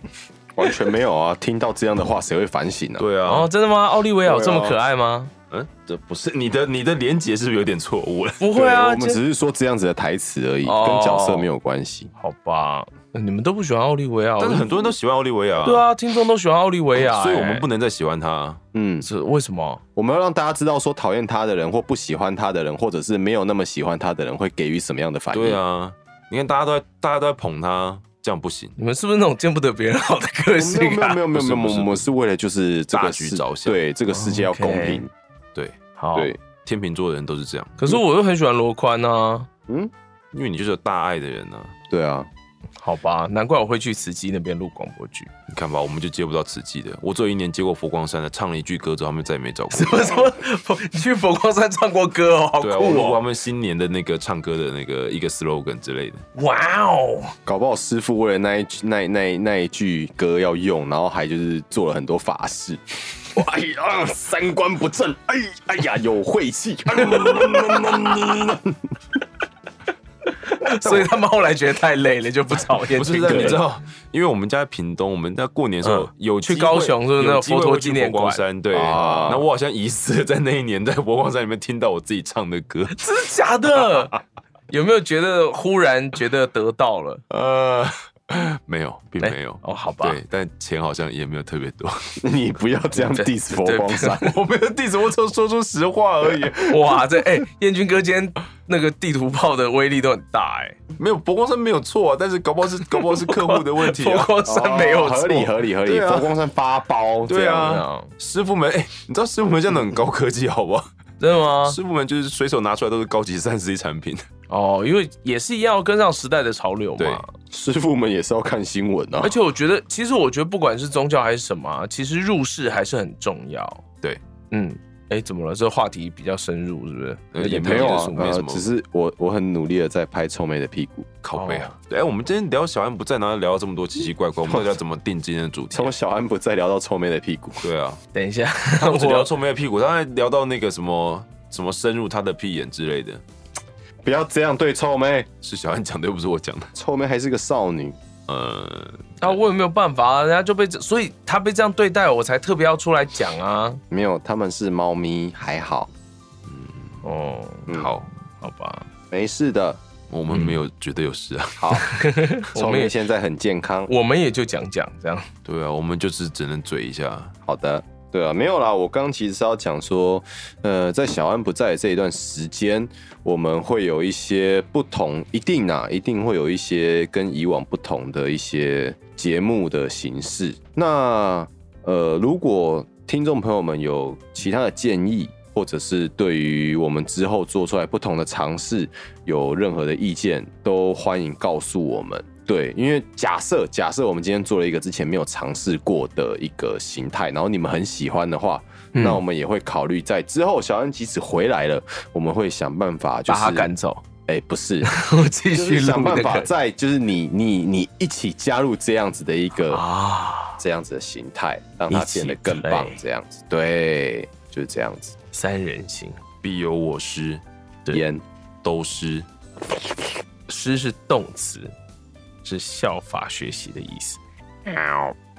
F: 完全没有啊！听到这样的话，谁会反省呢、啊？
B: 对
D: 哦，
B: 啊，
D: 真的吗？奥利维亚有这么
F: 对啊
D: 可爱吗？
B: 嗯，这不是你的你的连结是不是有点错误了？
D: 不
F: 对
D: 会啊，
F: 我们
D: 这
F: 只是说这样子的台词而已，
D: 哦
F: 跟角色没有关系。
D: 好吧，呃你们都不喜欢奥利维亚，
F: 哦
B: 但是很多人都喜欢奥利维亚，
D: 对，啊，听众都喜欢奥利维
B: <laughs>
D: 亚、
B: 所以我们不
D: 能
B: 能再喜欢他。啊
F: 嗯，
D: 是为什么？
F: 我们要让大家知道，说讨厌他的人，或不喜欢他的人，或者是没有那么喜欢他的人，会给予什么样的
D: 哎
F: 反应？
B: 对，啊，你看大家都在大家都在捧他，这样不行。
D: 你们是不是那种见不得别人好的个性
F: 没有没
D: 啊？
F: 有没有没有，
B: 不是不
F: 我
B: 是
F: 们我们是为哦了就是这
B: 大
F: 个
B: 局
F: 世
B: 着想
F: 对这个世界要公
D: OK
F: 平。
B: 对，
D: 好，
F: 对，
B: 天秤座的人都是这样，
D: 可是我又很喜欢罗宽啊。
F: 嗯，
B: 因为你就是有大爱的人呢、啊。
F: 对啊，
D: 好吧，难怪我会去慈溪那边录广播剧。
B: 你看吧，我们就接不到慈济的。我只有一年接过佛光山的，唱了一句歌之后，他们再也没找过
D: <laughs> 什么
B: 我。
D: <laughs> 什么？你去佛光山唱过歌哦，好酷
B: 对啊，我录过他
D: 哦！
B: 们新年的那个唱歌的那个一个 slogan 之类的。
D: 哇哦，
F: 搞不好师傅为了那一句那那那一句歌要用，然后还就是做了很多法事。哇 <laughs> 哎呀，三观不正，哎哎呀，有晦气。
D: 所以他们后来觉得太累了，就不找燕
B: 不是
D: 军
B: 的，
D: 哥
B: 你知
D: 了。
B: 道，因为我们家在屏东，我们在过年的时候
D: 嗯
B: 有
D: 去
B: 机会
D: 高雄是不是那
B: 有
D: 个
B: 机会
D: 佛陀
B: 会去
D: 纪念
B: 佛光
D: 馆
B: 山对，
F: 啊
B: 那我好像疑似在那一年在佛光山里面听到我自己唱的歌，
D: 真的假的？有没有觉得忽然觉得得到了？
B: 呃，没有，并没有。
D: 哦，好吧，
B: 对，但钱好像也没有特别多。
F: 你不要这样 diss 佛光山。
B: 我没有地址，我只有说出实话而已。
D: <laughs> 哇，这哎，燕军哥今天那个地图炮的威力都很大哎，
B: <laughs> 没有佛光山没有错啊，但是搞不好是搞不好是客户的问题
D: <laughs> 佛
B: 啊。
D: 光山没有
F: 哦
D: 错
F: 合理合理合理，
B: 对啊
F: 佛光山发包，
B: 对
F: 这样
B: 啊
D: 嗯
B: 师傅们，哎、你知道师傅们现在都很高科技，好不好？
D: 真的吗？
B: 师傅们就是随手拿出来都是高级三 C 产品。
D: 哦，因为也是一样要跟上时代的潮流
B: 对
D: 嘛。
F: 师傅们也是要看新闻啊
D: 而。且我觉得，其实我觉得不管是宗教还是什么啊，其实入世还是很重要。
B: 对，
D: 嗯，哎，怎么了？这个话题比较深入，是不是？
B: 呃也
F: 没有啊
B: 没，什
F: 呃，
B: 么
F: 只是我我很努力的在拍臭妹的屁股，
B: 靠背啊！哎、我们今天聊小安不在，然后聊到这么多奇奇怪怪，我们到底要怎么定今天的主题
F: 从
B: 啊？
F: 小安不再聊到臭妹的屁股，
B: 对啊，
D: 等一 <laughs> 下，
B: 不只
D: 我
B: 聊臭妹的屁股，他还聊到那个什么什么深入他的屁眼之类的。
F: 不要这样对臭妹，
B: 是小安讲的，又不是我讲的。
F: 臭妹还是个少女。
B: 呃，
D: 啊，我也没有办法啊，人家就被这，所以他被这样对待，我才特别要出来讲啊。
F: 没有，他们是猫咪，还好，
D: 哦，
F: 嗯
B: 好，
D: 好吧，
F: 没事的。
B: 我们没有
F: 嗯
B: 觉得有事啊。 <laughs>
F: 好，
D: 我
F: 臭
D: 们
F: 妹
D: 也
F: 现在很健康。
D: 我们也就讲讲这样。
B: 对啊，我们就是只能嘴一下。
F: 好的，对啊，没有啦。我刚其实是要讲说，呃，在小安不在的这一段时间，我们会有一些不同，一定啊，一定会有一些跟以往不同的一些节目的形式。那呃，如果听众朋友们有其他的建议，或者是对于我们之后做出来不同的尝试有任何的意见，都欢迎告诉我们。对，因为假设假设我们今天做了一个之前没有尝试过的一个形态，然后你们很喜欢的话，
D: 嗯
F: 那我们也会考虑在之后小恩即使回来了，我们会想办法就是
D: 把他赶走，
F: 哎、不是，
D: <laughs> 我继
F: 就
D: 续
F: 是想
D: 录
F: 办
D: 那
F: 法
D: 个
F: 在就是你你你一起加入这样子的一个
D: 啊，
F: 这样子的形态，让它变得更棒
D: 一起，play
F: 这样子，对，就是这样子。
D: 三人行，
B: 必有我师，
D: 对
F: 烟
B: 都师。
D: 诗是动词，是效法学习的意思。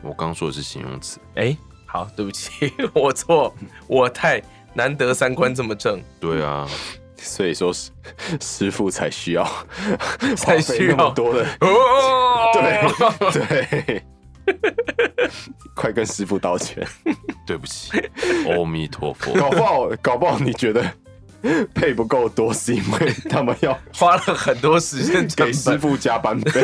B: 我刚说的是形容词。
D: 哎、好，对不起， <laughs> 我错，我太难得三观这么正，
B: 对
F: <laughs>
B: 啊，
F: 所以说师师傅才需要
D: 才需要
F: 花费那么多的，
D: 哦，
F: <laughs> 对对， <laughs> 快跟师傅道歉，
B: 对不起，阿弥陀
F: <laughs>
B: 佛。
F: 搞不好搞不好你觉得配不够多，是因为他们要
D: <laughs> 花了很多时间成
F: 给师
D: 本。
F: 傅加班
D: <laughs>
F: 费。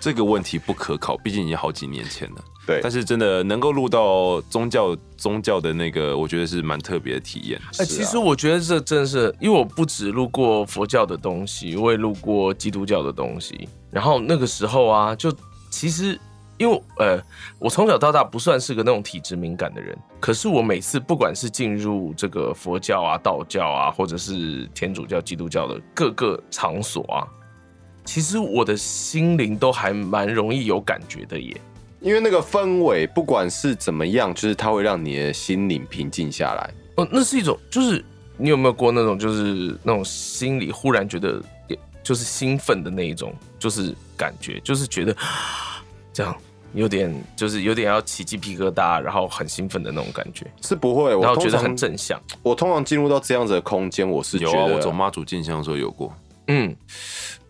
B: 这个问题不可考，毕竟已经好几年前了。
F: 对
B: 但是真的能够录到宗教宗教的那个，我觉得是蛮特别的体验。
D: 哎、其实我觉得这真的是，因为我不只录过佛教的东西，我也录过基督教的东西。然后那个时候啊，就其实因为呃，我从小到大不算是个那种体质敏感的人，可是我每次不管是进入这个佛教啊、道教啊，或者是天主教、基督教的各个场所啊，其实我的心灵都还蛮容易有感觉的耶。
F: 因为那个氛围，不管是怎么样，就是它会让你的心灵平静下来。
D: 哦，那是一种，就是你有没有过那种，就是那种心里忽然觉得，也就是兴奋的那一种，就是感觉，就是觉得这样有点，就是有点要起鸡皮疙瘩，然后很兴奋的那种感觉，
F: 是不会，
D: 然
F: 我
D: 后觉得
F: 通常
D: 很正向。
F: 我通常进入到这样子的空间，我是觉
B: 有
F: 得
B: 啊，我走妈祖进香的时候有过。
D: 嗯，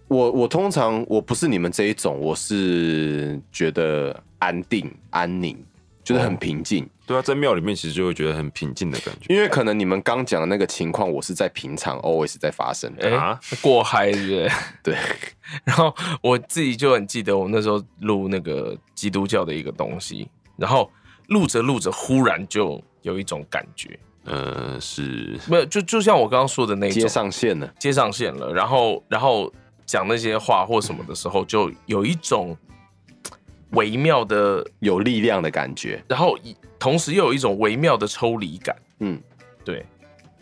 F: 我我通常我不是你们这一种，我是觉得安定安宁，就是
D: 哦
F: 很平静。
B: 对啊，在庙里面其实就会觉得很平静的感觉。
F: 因为可能你们刚讲的那个情况，我是在平常 always 在发生的。
D: 哎、
B: 啊
D: 过嗨是不是？
F: 对，
D: <laughs> 然后我自己就很记得，我那时候录那个基督教的一个东西，然后录着录着，忽然就有一种感觉，
F: 嗯
B: 呃，是
D: 没有，就就像我刚刚说的那一种，
F: 接上线了，
D: 接上线了，然后然后讲那些话或什么的时候，就有一种嘖微妙的，
F: 有力量的感觉。
D: 然后一同时又有一种微妙的抽离感。
F: 嗯，
D: 对，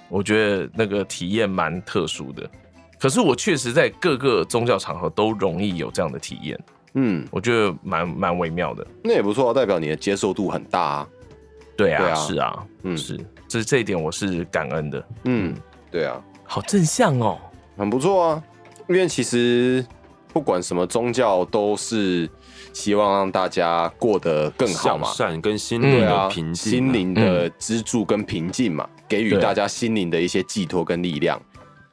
D: 我觉得那个体验蛮特殊的。可是我确实在各个宗教场合都容易有这样的体验，
F: 嗯，
D: 我觉得蛮蛮微妙的。
F: 那也不错、啊，代表你的接受度很大啊。
D: 对啊，
F: 对啊
D: 是啊，
F: 嗯
D: 是，这这一点我是感恩的，
F: 嗯，对啊，
D: 好正向哦。
F: 很不错啊。因为其实不管什么宗教，都是希望让大家过得更好
B: 向
F: 嘛。
B: 善跟心灵
F: 对
B: 的
F: 啊，
B: 平静啊、
F: 心灵的支柱跟平静嘛，给予
D: 对
F: 大家心灵的一些寄托跟力量。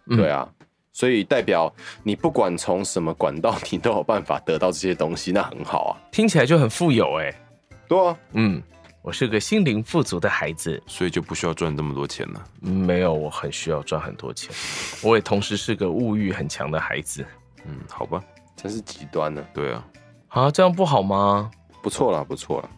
D: 嗯
F: 对啊，所以代表你不管从什么管道，你都有办法得到这些东西，那很好啊。
D: 听起来就很富有哎、
F: 对啊，
D: 嗯，我是个心灵富足的孩子。
B: 所以就不需要赚这么多钱了。
D: 没有，我很需要赚很多钱，我也同时是个物欲很强的孩子
B: 嗯，好吧，
F: 真是极端呢、
B: 对
D: <laughs>
B: 啊，
D: 啊，这样不好吗？
F: 不错啦，不错啦。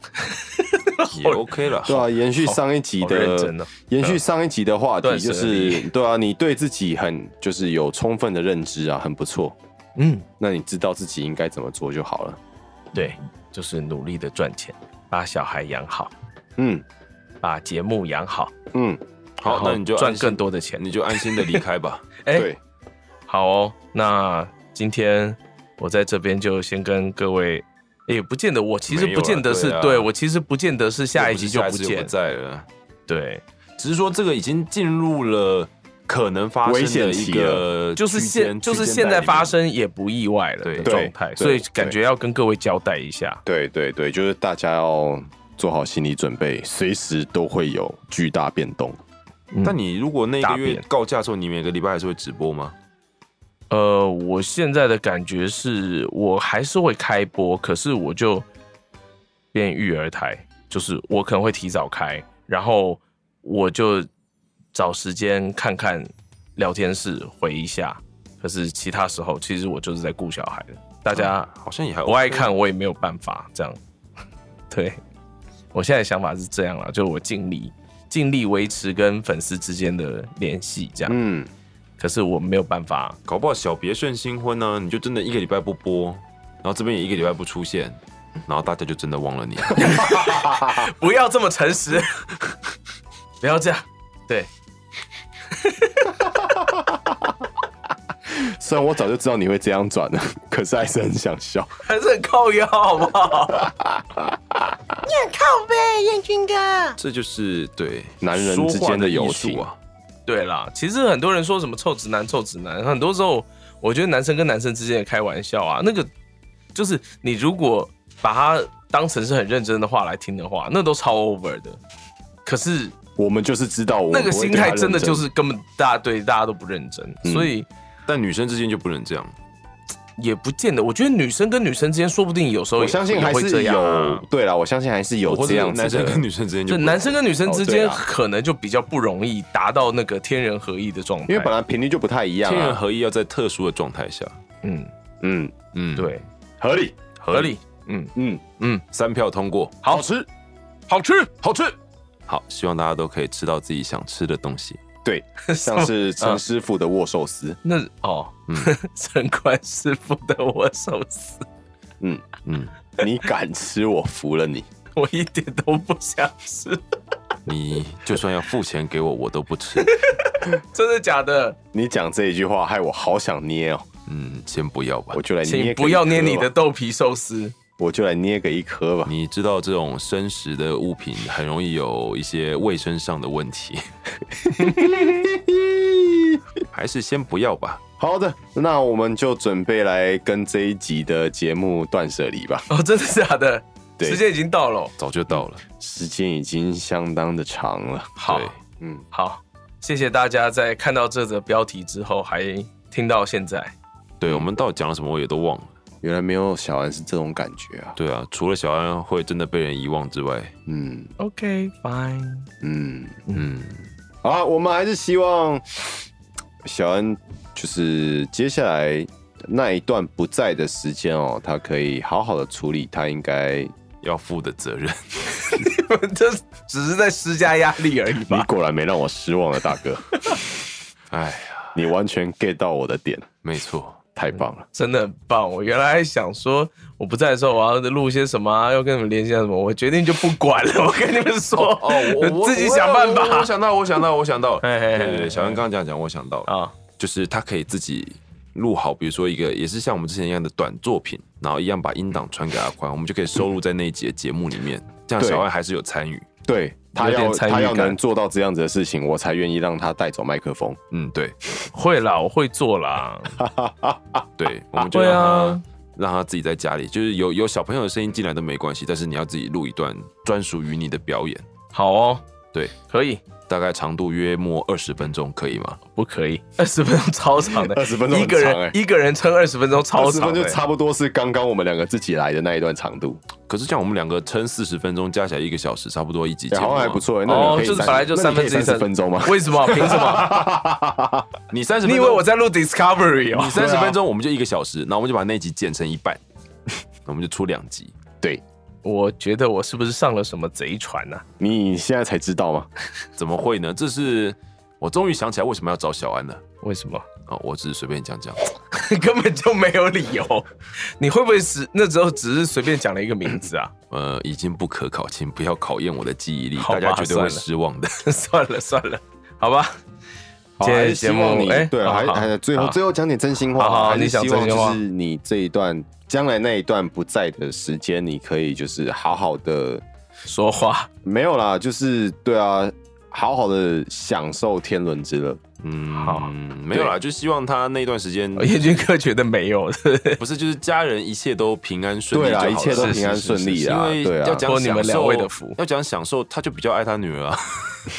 B: 也 OK 了。
F: 对啊，延续上一集
D: 好认
F: 的
D: 真哦，
F: 延续上一集的话题，
D: 断舍
F: 就
D: 离
F: 是对啊，你对自己很就是有充分的认知啊，很不错。
D: 嗯，
F: 那你知道自己应该怎么做就好了。
D: 对，就是努力的赚钱，把小孩养好，
F: 嗯
D: 把节目养好，
F: 嗯，
D: 然
B: 好，
D: 后
B: 那你就
D: 赚
B: 安心
D: 更，多的钱。
B: 你就安心的离开吧。
D: 哎、
F: 对，
D: 好哦，那今天我在这边就先跟各位。也、不见得，我其实
B: 没有
D: 不
B: 啦
D: 见得是
B: 对
D: 对,、
B: 啊
D: 我其实不见得 <laughs> 是下一集就
B: 又不是下
D: 不
B: 一次就
D: 见，
B: 不在了。
D: 对，
B: 只是说这个已经进入了可能发
C: 危
B: 生
C: 险
B: 的一
C: 期
B: 个
D: 就是
B: 区
D: 现
B: 间
D: 就是现在发，生也不意外了
B: 对
D: 的状态，
C: 对
D: 所以
C: 对
D: 感觉要跟各位交代一下。
C: 对对对，就是大家要做好心理准备，随时都会有巨大变动。
D: 嗯
B: 但你如果那个
D: 大
B: 月
D: 便
B: 告假的时候，你每个礼拜还是会直播吗？
D: 呃，我现在的感觉是我还是会开播，可是我就变育儿台，就是我可能会提早开，然后我就找时间看看聊天室回一下。可是其他时候，其实我就是在顾小孩的。大家
B: 好像也还
D: 不爱
B: OK
D: 看，我也没有办法这样。 <laughs> 对，我现在的想法是这样啦，就我尽力尽力维持跟粉丝之间的联系，这样。
C: 嗯，
D: 可是我没有办法
B: 搞不好小别胜新婚呢、你就真的一个礼拜不播，然后这边也一个礼拜不出现，然后大家就真的忘了你。
D: <laughs> 不要这么诚实， <laughs> 不要这样。对，
C: 虽然我早就知道你会这样转了， <laughs> 可是还是很想笑。
D: 还是很靠腰，好不好？ <laughs>
E: 很靠背，彦君哥。
B: 这就是对
C: 男人
B: 说话
C: 之间的
B: 的
C: 友
B: 艺术
C: 情
B: 啊。
D: 对啦，其实很多人说什么臭直男、臭直男，很多时候我觉得男生跟男生之间的开玩笑啊，那个就是你如果把它当成是很认真的话来听的话，那都超 over 的。可是
C: 我们就是知道我
D: 那个
C: 不会
D: 心
C: 对他
D: 态真的
C: 认
D: 就是根本大家对大家都不认真，
C: 嗯
D: 所以
B: 但女生之间就不能这样，
D: 也不见得。我觉得女生跟女生之间，说不定有时候
C: 我相信
D: 也
C: 还
D: 会这
C: 是
D: 样啊
C: 有，对啦，我相信还是有
B: 或
C: 这
B: 者
C: 样
B: 男
C: 子
B: 生跟
C: 的。
B: 女生之间就
D: 就
B: 不能
D: 男生跟女生之间
C: 哦对啊
D: 可能就比较不容易达到那个天人合一的状态，
C: 因为本来频率就不太一样
B: 天人
C: 啊，
B: 合一要在特殊的状态下，
D: 嗯
C: 嗯，
B: 嗯，，
D: 对
C: 合理，
D: 合理，嗯
C: 嗯，
B: 三票通过，
D: 好吃好吃好吃，
B: 好，希望大家都可以吃到自己想吃的东西。
C: 对，像是陈师傅的握寿司，
D: <laughs> 那哦
B: 嗯，
D: <laughs> 陈冠师傅的我手撕，
C: 嗯，
B: 嗯，
C: 你敢吃，我服了你。
D: 我一点都不想吃， <laughs>
B: 你就算要付钱给我，我都不 <laughs> 吃。
D: 真的假的？
C: 你讲这一句话，害我好想捏哦，
B: 嗯，先不要吧
C: 我。就来捏个
D: 请
C: 一颗吧，
D: 不要捏你的豆皮寿司，
C: 我就来捏个一颗吧。
B: 你知道这种生食的物品很容易有一些卫生上的问 <laughs> 题，还是先不要吧。
C: 好的，那我们就准备来跟这一集的节目断舍离吧。
D: 哦，真的假的？
C: 对
D: 时间已经到了，
B: 早就到了，
C: 时间已经相当的长了，
D: 好
B: 对
C: 嗯，
D: 好，谢谢大家在看到这则标题之后还听到现在，
B: 对，我们到底讲了什么我也都忘了。
C: 原来没有小安是这种感觉啊。
B: 对啊，除了小安会真的被人遗忘之外，
C: 嗯
D: OK fine。
C: 嗯，
B: 嗯，
C: 好啊，我们还是希望小安就是接下来那一段不在的时间哦，他可以好好的处理他应该
B: 要负的责任。
D: 这只是在施加压力而已
C: 你
D: 吧？
C: 果然没让我失望啊，大 <laughs> 哥，
B: 哎呀，
C: 你完全 get 到我的点，
B: 没错，
C: 太棒了。
D: 真的很棒！我原来还想说，我不在的时候我要录些什么、啊，要跟你们联系啊什么，我决定就不管了。 <laughs> 我跟你们说，
B: 哦，我我
D: <laughs> 自己想办
B: 我我
D: 法
B: 我。想到，我想到，我想到。
D: 嘿嘿嘿
B: 对对对，小安刚刚讲讲，我想到了，
D: 啊，
B: 就是他可以自己录好，比如说一个也是像我们之前一样的短作品，然后一样把音档传给阿宽，我们就可以收录在那一集的节目里面。这样
C: 对
B: 小安还是有参与。
C: 对他
D: 有点
C: 要
D: 参与
C: 他要
D: 感
C: 能做到这样子的事情，我才愿意让他带走麦克风。
B: 嗯，对
D: 会啦，我会做啦。
B: 对，我们就
D: 对
B: 让他、
D: 啊，
B: 让他自己在家里，就是有有小朋友的声音进来都没关系，但是你要自己录一段专属于你的表演，
D: 好哦，
B: 对，
D: 可以，
B: 大概长度约莫二十分钟，可以吗？
D: 不可以？二十分钟超长的，
C: 20分钟
D: 一
C: 很
D: 个
C: 长欸
D: 人一个人撑二十分钟超
C: 二十
D: 长
C: 分就
D: 的欸，
C: 差不多是刚刚我们两个自己来的那一段长度，
B: 可是这样我们两个撑四十分钟，加起来一个小时，差不多一集节
C: 欸
B: 目、
F: 啊
C: 好像还不。错欸。那
D: 哦
C: 你可以
D: 就是
C: 30
D: 本来就
C: 那
D: 三
C: 你可
D: 分
C: 以
D: 之一
C: 30分钟吗？
D: <laughs> 为什么？凭什么？
B: 你三十，
D: 你以为我？在录 Discovery
B: 你
D: 哦？
B: 三十分钟，我们就一个小时，然后我们就把那集剪成一半， <laughs> 我们就出两集。
C: 对
D: 我觉得我是不是上了什么贼船啊呢？
C: 你现在才知道吗？
B: 怎么会呢？这是我终于想起来为什么要找小安了。
D: 为什么？
B: 哦，我只是随便讲讲，
D: <laughs> 根本就没有理由。你会不会是那时候只是随便讲了一个名字啊？ <laughs>
B: 呃，已经不可考，请不要考验我的记忆力，
D: 好吧
B: 大家绝对会
D: 算了
B: 失望
D: <laughs>
B: 的。
D: 算了算了，好吧。
C: 好
D: 今天
C: 还是
D: 节
C: 希望
D: 目
C: 你
D: 哎
C: 对
D: 好
C: 啊，还
D: 好
C: 还最后
D: 好
C: 最后讲点真心话
D: 好好
C: 吧，还是
D: 你想
C: 希望
D: 真心话
C: 就是你这一段将来那一段不在的时间，你可以就是好好的
D: 说话
C: 没有啦，就是对啊，
F: 好好的享受天伦之乐。
B: 嗯，
D: 好
B: 没有啦，就希望他那段时
D: <laughs>
B: 间
D: 哦燕军哥觉得没有，
B: 不是就是家人一切都平安顺利
F: 对
B: 就好
F: 啦
B: 了，
F: 一切都
B: 是
F: 平安
B: 是是
F: 顺利啊
B: 是因为
F: 对啊
B: 要讲
D: 托你们
B: 享受
D: 两位的福
B: 要讲享受，他就比较爱他女儿啊。 <laughs>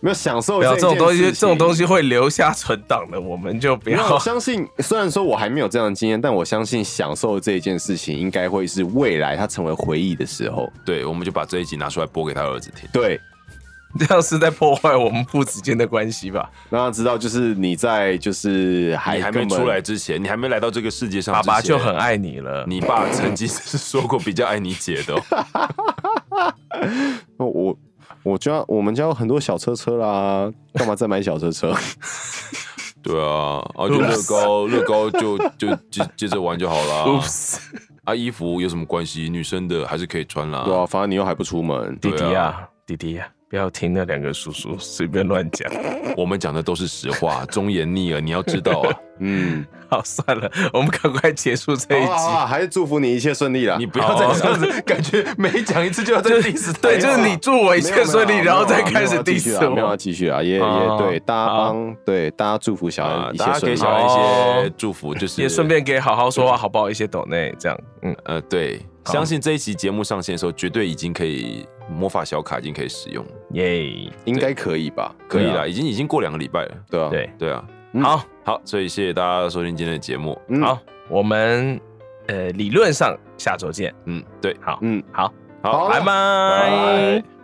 F: 没有享受
D: 不 <laughs> 要这种
F: 件
D: 东西，
F: 事
D: 这种
F: 情
D: 东西会留下存档的，我们就不
F: 没有我
D: 要。
F: 相信，虽然说我还没有这样的经验，但我相信享受这一件事情，应该会是未来它成为回忆的时候。
B: 对，我们就把这一集拿出来播给他儿子听。
F: 对，
D: <laughs> 这样是在破坏我们父子间的关系吧？
F: 让他知道，就是你在就是还
B: 你还没
F: 根本
B: 出来，之前，你还没来到这个世界上
D: 爸
B: 之前，
D: 哎爸就很爱你了。
B: 你爸曾经是说过比较爱你姐的、哦，
F: 我我我家我们家有很多小车车啦，干嘛再买小车车？
B: 对啊，啊就乐高，乐高就就接接着玩就好
D: <laughs>
B: 啦。
D: Oops，
B: 啊，衣服有什么关系？女生的还是可以穿啦。
F: <laughs> 对啊，反正你又还不出门。
D: 弟
B: 啊
D: 弟啊，弟弟啊，不要听那两个叔叔随便乱讲。 <laughs>
B: 我们讲的都是实话，忠言逆耳，你要知道啊，
F: 嗯，
D: 好，算了，我们赶快结束这一
F: 好啦啊好
D: 集。
F: 啦还是祝福你一切顺利啦。
B: 你不要再这样子，感觉每讲一次就要再 diss 他
D: <laughs> 对，就是你祝我一
F: 没有
D: 切顺利，
F: 哎没有
D: 然后再
F: 没有
D: 开始
F: 没有
D: 第
F: 继续
D: 四
F: 啊没有要
D: 我。
F: 继续啊，也也
D: 哦
F: 对，大家
D: 好
F: 帮对大家祝福小
B: 啊
F: 安，一
B: 大家给
F: 切顺利
B: 小。孩一些祝福，就是
D: 也顺便给好好说话好不好？一些抖内这样，嗯，
B: 呃，对，相信这一期节目上线的时候，绝对已经可以魔法小卡已经可以使用了，
D: 耶，
F: 应该可以吧？
B: 可以
F: 对啊
B: 啦，，已经已经过两个礼拜了。
F: 对啊，
D: 对，
B: 对啊，
F: 嗯
D: 好，
B: 好，所以谢谢大家收听今天的节目。
F: 嗯
D: 好，我们呃理论上下周见，
B: 嗯，对，
D: 好，
F: 嗯，
D: 好，
F: 好
B: 好，
F: 啦
D: 拜拜。
B: 拜。